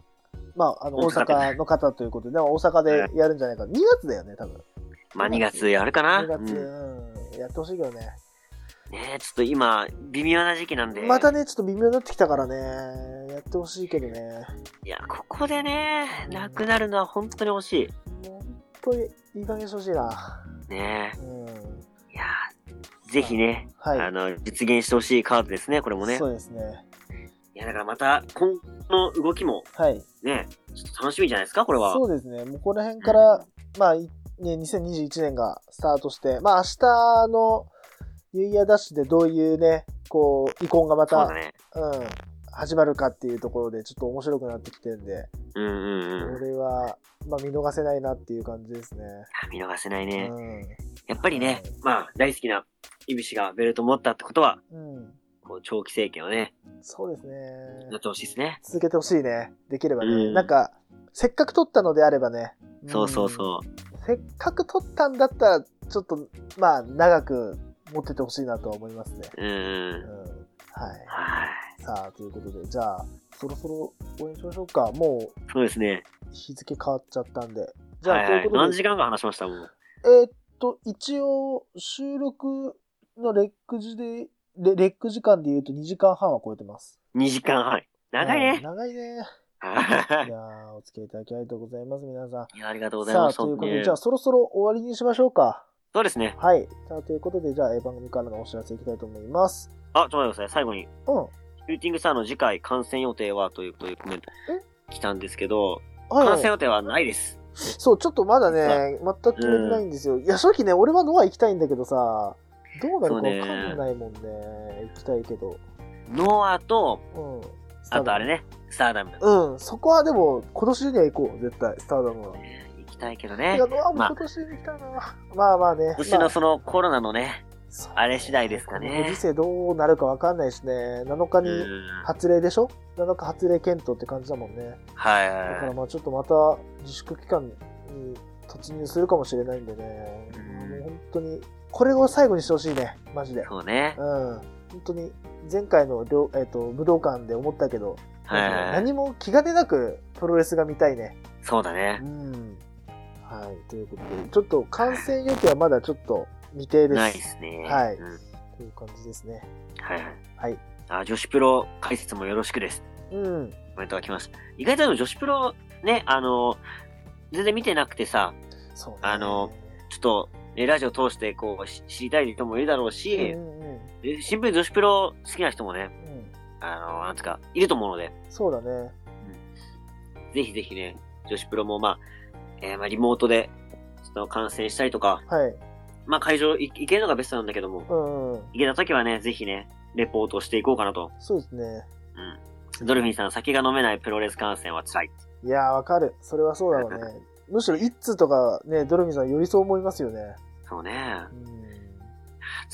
Speaker 2: まあ、あの、
Speaker 1: 大
Speaker 2: 大
Speaker 1: 阪
Speaker 2: 阪の方ということで、でも大阪でやるんじゃないか。2月だよね、多分。
Speaker 1: まあ2月やるかな
Speaker 2: 2月、
Speaker 1: うん
Speaker 2: うん、やってほしいけどね。
Speaker 1: ねえちょっと今、微妙な時期なんで。
Speaker 2: またね、ちょっと微妙になってきたからね、やってほしいけどね。
Speaker 1: いや、ここでね、なくなるのは本当に惜し
Speaker 2: もう本当にいい加減にしてほしいな。
Speaker 1: い。ね
Speaker 2: うん。
Speaker 1: えいやー、ぜひね、
Speaker 2: はい。
Speaker 1: あの、実現してほしいカードですね、これもね。
Speaker 2: そうですね。
Speaker 1: いや、だからまた、今後の動きも
Speaker 2: はい。
Speaker 1: ね、ちょっと楽しみじゃないですか、これは。
Speaker 2: そうですね。もうこの辺から、まあ、いね、2021年がスタートして、まあ、明日のニューイヤーダッシュでどういうね、こう、遺恨がま
Speaker 1: そう
Speaker 2: た、
Speaker 1: だね。
Speaker 2: うん、始まるかっていうところで、ちょっと面白くなってきてるんで、
Speaker 1: うんうん
Speaker 2: こ
Speaker 1: うん。い
Speaker 2: れは、まあ、見逃せないなっていう感じですね。
Speaker 1: や見逃せないね。
Speaker 2: う
Speaker 1: やっぱりね、まあ、大好きな、いぶしがベルト持ったってことは、
Speaker 2: ん。うん。
Speaker 1: こう、長期政権をね、
Speaker 2: そうですね。
Speaker 1: やってほしいですね。
Speaker 2: 続けてほしいね。できればね。
Speaker 1: うん
Speaker 2: なんか、せっかく取ったのであればね。
Speaker 1: そうそう
Speaker 2: うん
Speaker 1: そう。
Speaker 2: せっかく取ったんだったら、ちょっと、まあ、長く持っててほしいなとは思いますね。
Speaker 1: うんう
Speaker 2: うん
Speaker 1: ん。。
Speaker 2: は
Speaker 1: はい。
Speaker 2: い。さあ、ということで、じゃあ、そろそろ応援しましょうか。もう、
Speaker 1: そうですね。
Speaker 2: 日付変わっちゃったんで。じゃあ、
Speaker 1: はいはい。
Speaker 2: ということ
Speaker 1: 何
Speaker 2: で、
Speaker 1: 時間か話しました、もう。
Speaker 2: えーっと、一応、収録のレック時で、レレック時間で言うと2時間半は超えてます。
Speaker 1: 2時間半。長い
Speaker 2: は
Speaker 1: ね。
Speaker 2: 長いね。
Speaker 1: はい
Speaker 2: やーお付き合いいただきありがとうございます、皆さん。
Speaker 1: い。いやありがとうござい
Speaker 2: さ
Speaker 1: ま
Speaker 2: あ、
Speaker 1: す。
Speaker 2: ということ
Speaker 1: 本当
Speaker 2: で、
Speaker 1: に
Speaker 2: じゃあ、そろそろ終わりにしましょうか。
Speaker 1: そうですね。
Speaker 2: はい。さあということで、じゃあ、えー番組からのお知らせいきたいと思います。
Speaker 1: あ、ちょっと待ってください。最後に。
Speaker 2: うん。
Speaker 1: シューティングスターの次回観戦予定はというというコメント来たんですけど、
Speaker 2: はいは
Speaker 1: 観
Speaker 2: い、
Speaker 1: 戦予定はないです。
Speaker 2: そう、ちょっとまだね、全く決めてないんですよ。いや、正直ね、俺はノア行きたいんだけどさ、どうなるかわかんないもんね。行きたいけど。
Speaker 1: ノアと、
Speaker 2: うん。スタ
Speaker 1: あ
Speaker 2: ーダム
Speaker 1: とあれね、スターダム。
Speaker 2: うん、そこはでも、今年には行こう、絶対、スターダムは。
Speaker 1: 行きたいけど
Speaker 2: い
Speaker 1: ね
Speaker 2: や、。ノアも
Speaker 1: まあ
Speaker 2: 今年に行きたいな。まあまあね。
Speaker 1: 今年の
Speaker 2: ま
Speaker 1: そのコロナのね、
Speaker 2: あ
Speaker 1: あれ次第ですかね
Speaker 2: このご時世どうなるかわかんないしね。7日
Speaker 1: う
Speaker 2: に
Speaker 1: ん。
Speaker 2: 発令でしょ ?7 日発令検討って感じだもんね。
Speaker 1: はい
Speaker 2: だか
Speaker 1: は
Speaker 2: ら
Speaker 1: い。
Speaker 2: まあちょっとまた自粛期間に突入するかもしれないんでね、
Speaker 1: うん
Speaker 2: もう本当に、これを最後にしてほしいね、マジで。
Speaker 1: そうね
Speaker 2: うん、。本当に、前回の両、えっと武道館で思ったけど、
Speaker 1: はいはい。
Speaker 2: 何も気兼ねなくプロレスが見たいね。
Speaker 1: そうだね
Speaker 2: う。ん。はい、ということで、ちょっと観戦予定はまだちょっと未定です。
Speaker 1: ないですね。
Speaker 2: はい
Speaker 1: うん
Speaker 2: という感じですね。
Speaker 1: はいはい。
Speaker 2: はい。
Speaker 1: あ、女子プロ解説もよろしくです。
Speaker 2: うん。
Speaker 1: コメントが来ました。意外とでも女子プロ、ね、あの、全然見てなくてさ、
Speaker 2: そうね。
Speaker 1: あの、ちょっと、ね、ラジオ通してこう、し知りたい人もいるだろう
Speaker 2: うんう
Speaker 1: し、
Speaker 2: んうん。
Speaker 1: で新聞女子プロ好きな人もね、
Speaker 2: うん。
Speaker 1: あの、なんつうか、いると思うので、
Speaker 2: そうだね。
Speaker 1: ぜひぜひね、女子プロもまあ、えーまあリモートで、ちょっと観戦したりとか、
Speaker 2: はい。
Speaker 1: まあ会場い行けるのがベストなんだけども、
Speaker 2: うん、うん。
Speaker 1: 行けた時はね、ぜひね、レポートしていこうかなと。
Speaker 2: そうですね。
Speaker 1: うん。ドルフィンさん、酒が飲めないプロレス観戦は辛い。
Speaker 2: いやー、わかる。それはそうだろうね。むしろ、一通とかね、ドルミさんよりそう思いますよね。
Speaker 1: そうね
Speaker 2: う。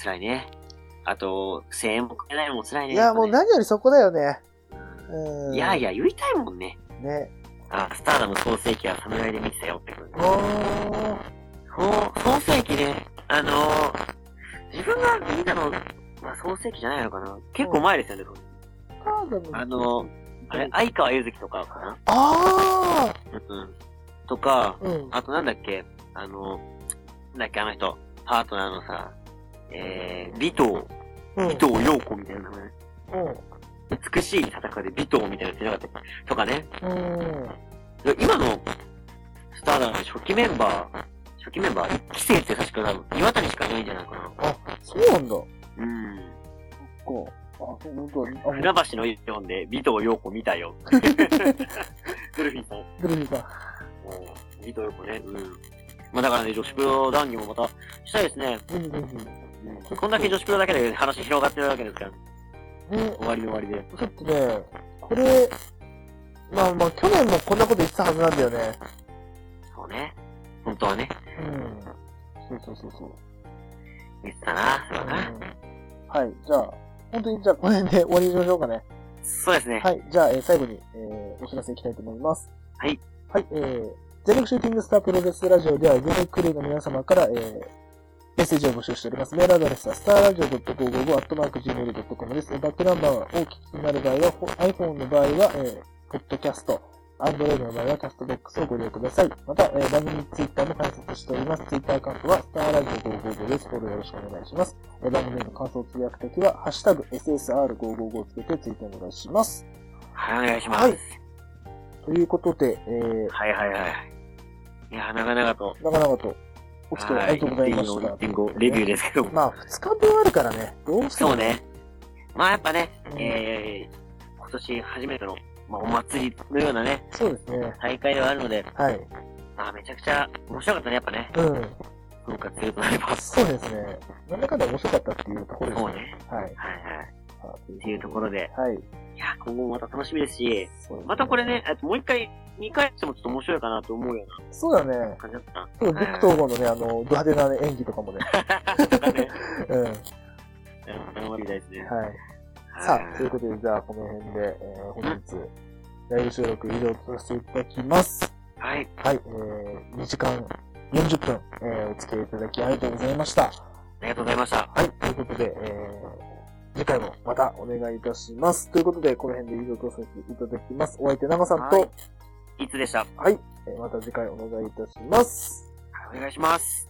Speaker 1: 辛いね。あと、声援もくれないのも辛い
Speaker 2: ん、
Speaker 1: ね。
Speaker 2: いやー、もう
Speaker 1: やっ
Speaker 2: 何よりそこだよね。
Speaker 1: ぱね
Speaker 2: うん。
Speaker 1: いやい。や、言いたいもんね。
Speaker 2: ね。
Speaker 1: あ、スターダム創世記は侍で見てたよってこと
Speaker 2: おー。
Speaker 1: そう創世記ね、あのー自分が見たの、まあ、創世紀じゃないのかな。結構前ですよね、
Speaker 2: あーなるほど
Speaker 1: あの、あれ、相川ゆずきとかかな。
Speaker 2: あ
Speaker 1: うんうん。とか
Speaker 2: あ、うん。
Speaker 1: あとなんだっけ、あの、なんだっけ、あの人、パートナーのさ、えー、尾藤、
Speaker 2: うん。
Speaker 1: 尾藤陽子みたいな名前。
Speaker 2: う
Speaker 1: 美しい戦いで尾藤みたいなのってなかったとかね。
Speaker 2: ん。うん。
Speaker 1: 今のスターダムの初期メンバー、初期メンバー、1期生って確か多分岩谷しかいないんじゃないかな。
Speaker 2: そうなんだ。こ
Speaker 1: うん。
Speaker 2: う。あ、そうだ。
Speaker 1: 船橋のイオンで尾藤陽子見た よ。ドルフィンさん。
Speaker 2: あ、グルミさん。
Speaker 1: もう、尾藤陽子ね。うん。まあだからね、女子プロ談義もまたしたいですね。
Speaker 2: うんうん
Speaker 1: うん。こんだけ女子プロだけで話広がってるわけですから、
Speaker 2: うん。ね、
Speaker 1: 終わりの終わりで。
Speaker 2: ちょっとね、これ、まあまあ、去年もこんなこと言ってたはずなんだよね。
Speaker 1: そうね。本当はね。
Speaker 2: うん。そうそうそうそう。
Speaker 1: 言ってたな。そうだな。
Speaker 2: はい、じゃあ、本当にじゃあこの辺で終わりにしましょうかね。
Speaker 1: そうですね。
Speaker 2: はい、じゃあ、えー最後に、えーお知らせいきたいと思います。
Speaker 1: はい。
Speaker 2: はい、えー、全力シューティングスタープロレスラジオでは、全力クルーの皆様から、えーメッセージを募集しております。メールアドレスは、starradio.555.gmail.com です。えーバックナンバーをお聞きになる場合は、ほ iPhone の場合は、えー、ポッドキャスト、Android の場合は、キャストボックスをご利用ください。また、えー番組ツイッターも開設しております。ツイッターアカウントは、starradio555 です。フォローよろしくお願いします。えー番組への感想をつぶやくときは、ハッシュタグ SSR555 をつけてツイートお願いします。
Speaker 1: はい、お願いします。
Speaker 2: はい。ということで、えー、
Speaker 1: はいはいはい。いやー、長々と。
Speaker 2: なかなかと、お付き合いありがとうございました。
Speaker 1: リンゴレビューですけども。
Speaker 2: まあ、二日分あるからね、どうして
Speaker 1: そう
Speaker 2: も。
Speaker 1: ね。まあやっぱね、
Speaker 2: うん
Speaker 1: えー、今年初めての、まあ、お祭りのようなね、
Speaker 2: そうですね。
Speaker 1: 大会ではあるので、
Speaker 2: はい。
Speaker 1: あーめちゃくちゃ面白かったね、やっぱね。
Speaker 2: うん。
Speaker 1: 総括するとなれば。
Speaker 2: そうですね。なんだかんだ面白かったっていうところです
Speaker 1: そう
Speaker 2: ね。
Speaker 1: ね。
Speaker 2: はい。
Speaker 1: はいはい。
Speaker 2: さあと
Speaker 1: っていうところで、
Speaker 2: はい。
Speaker 1: いやー、今後もまた楽しみですし、
Speaker 2: そうですね
Speaker 1: またこれ。ね、えっともう一回、見返してもちょっと面白いかなと思うような
Speaker 2: そうだね。
Speaker 1: 感じだった
Speaker 2: そう、ビクトーゴのね、あの、ド派手なね演技と かもね。
Speaker 1: な。とかね。
Speaker 2: うん。はい。
Speaker 1: 頑張りたいですね。
Speaker 2: さあ、ということで、じゃあ、この辺で、えー、本日、ライブ収録以上とさせていただきます。
Speaker 1: はい。
Speaker 2: はい、えー、2時間40分、えー、お付き合いいただきありがとうございました。
Speaker 1: ありがとうございました。
Speaker 2: はい、ということで、えー、次回もまたお願いいたします。ということで、この辺で以上とさせていただきます。お相手、長さんと、
Speaker 1: はいいつでした
Speaker 2: はい、えーまた次回お願いいたします。
Speaker 1: お願いします。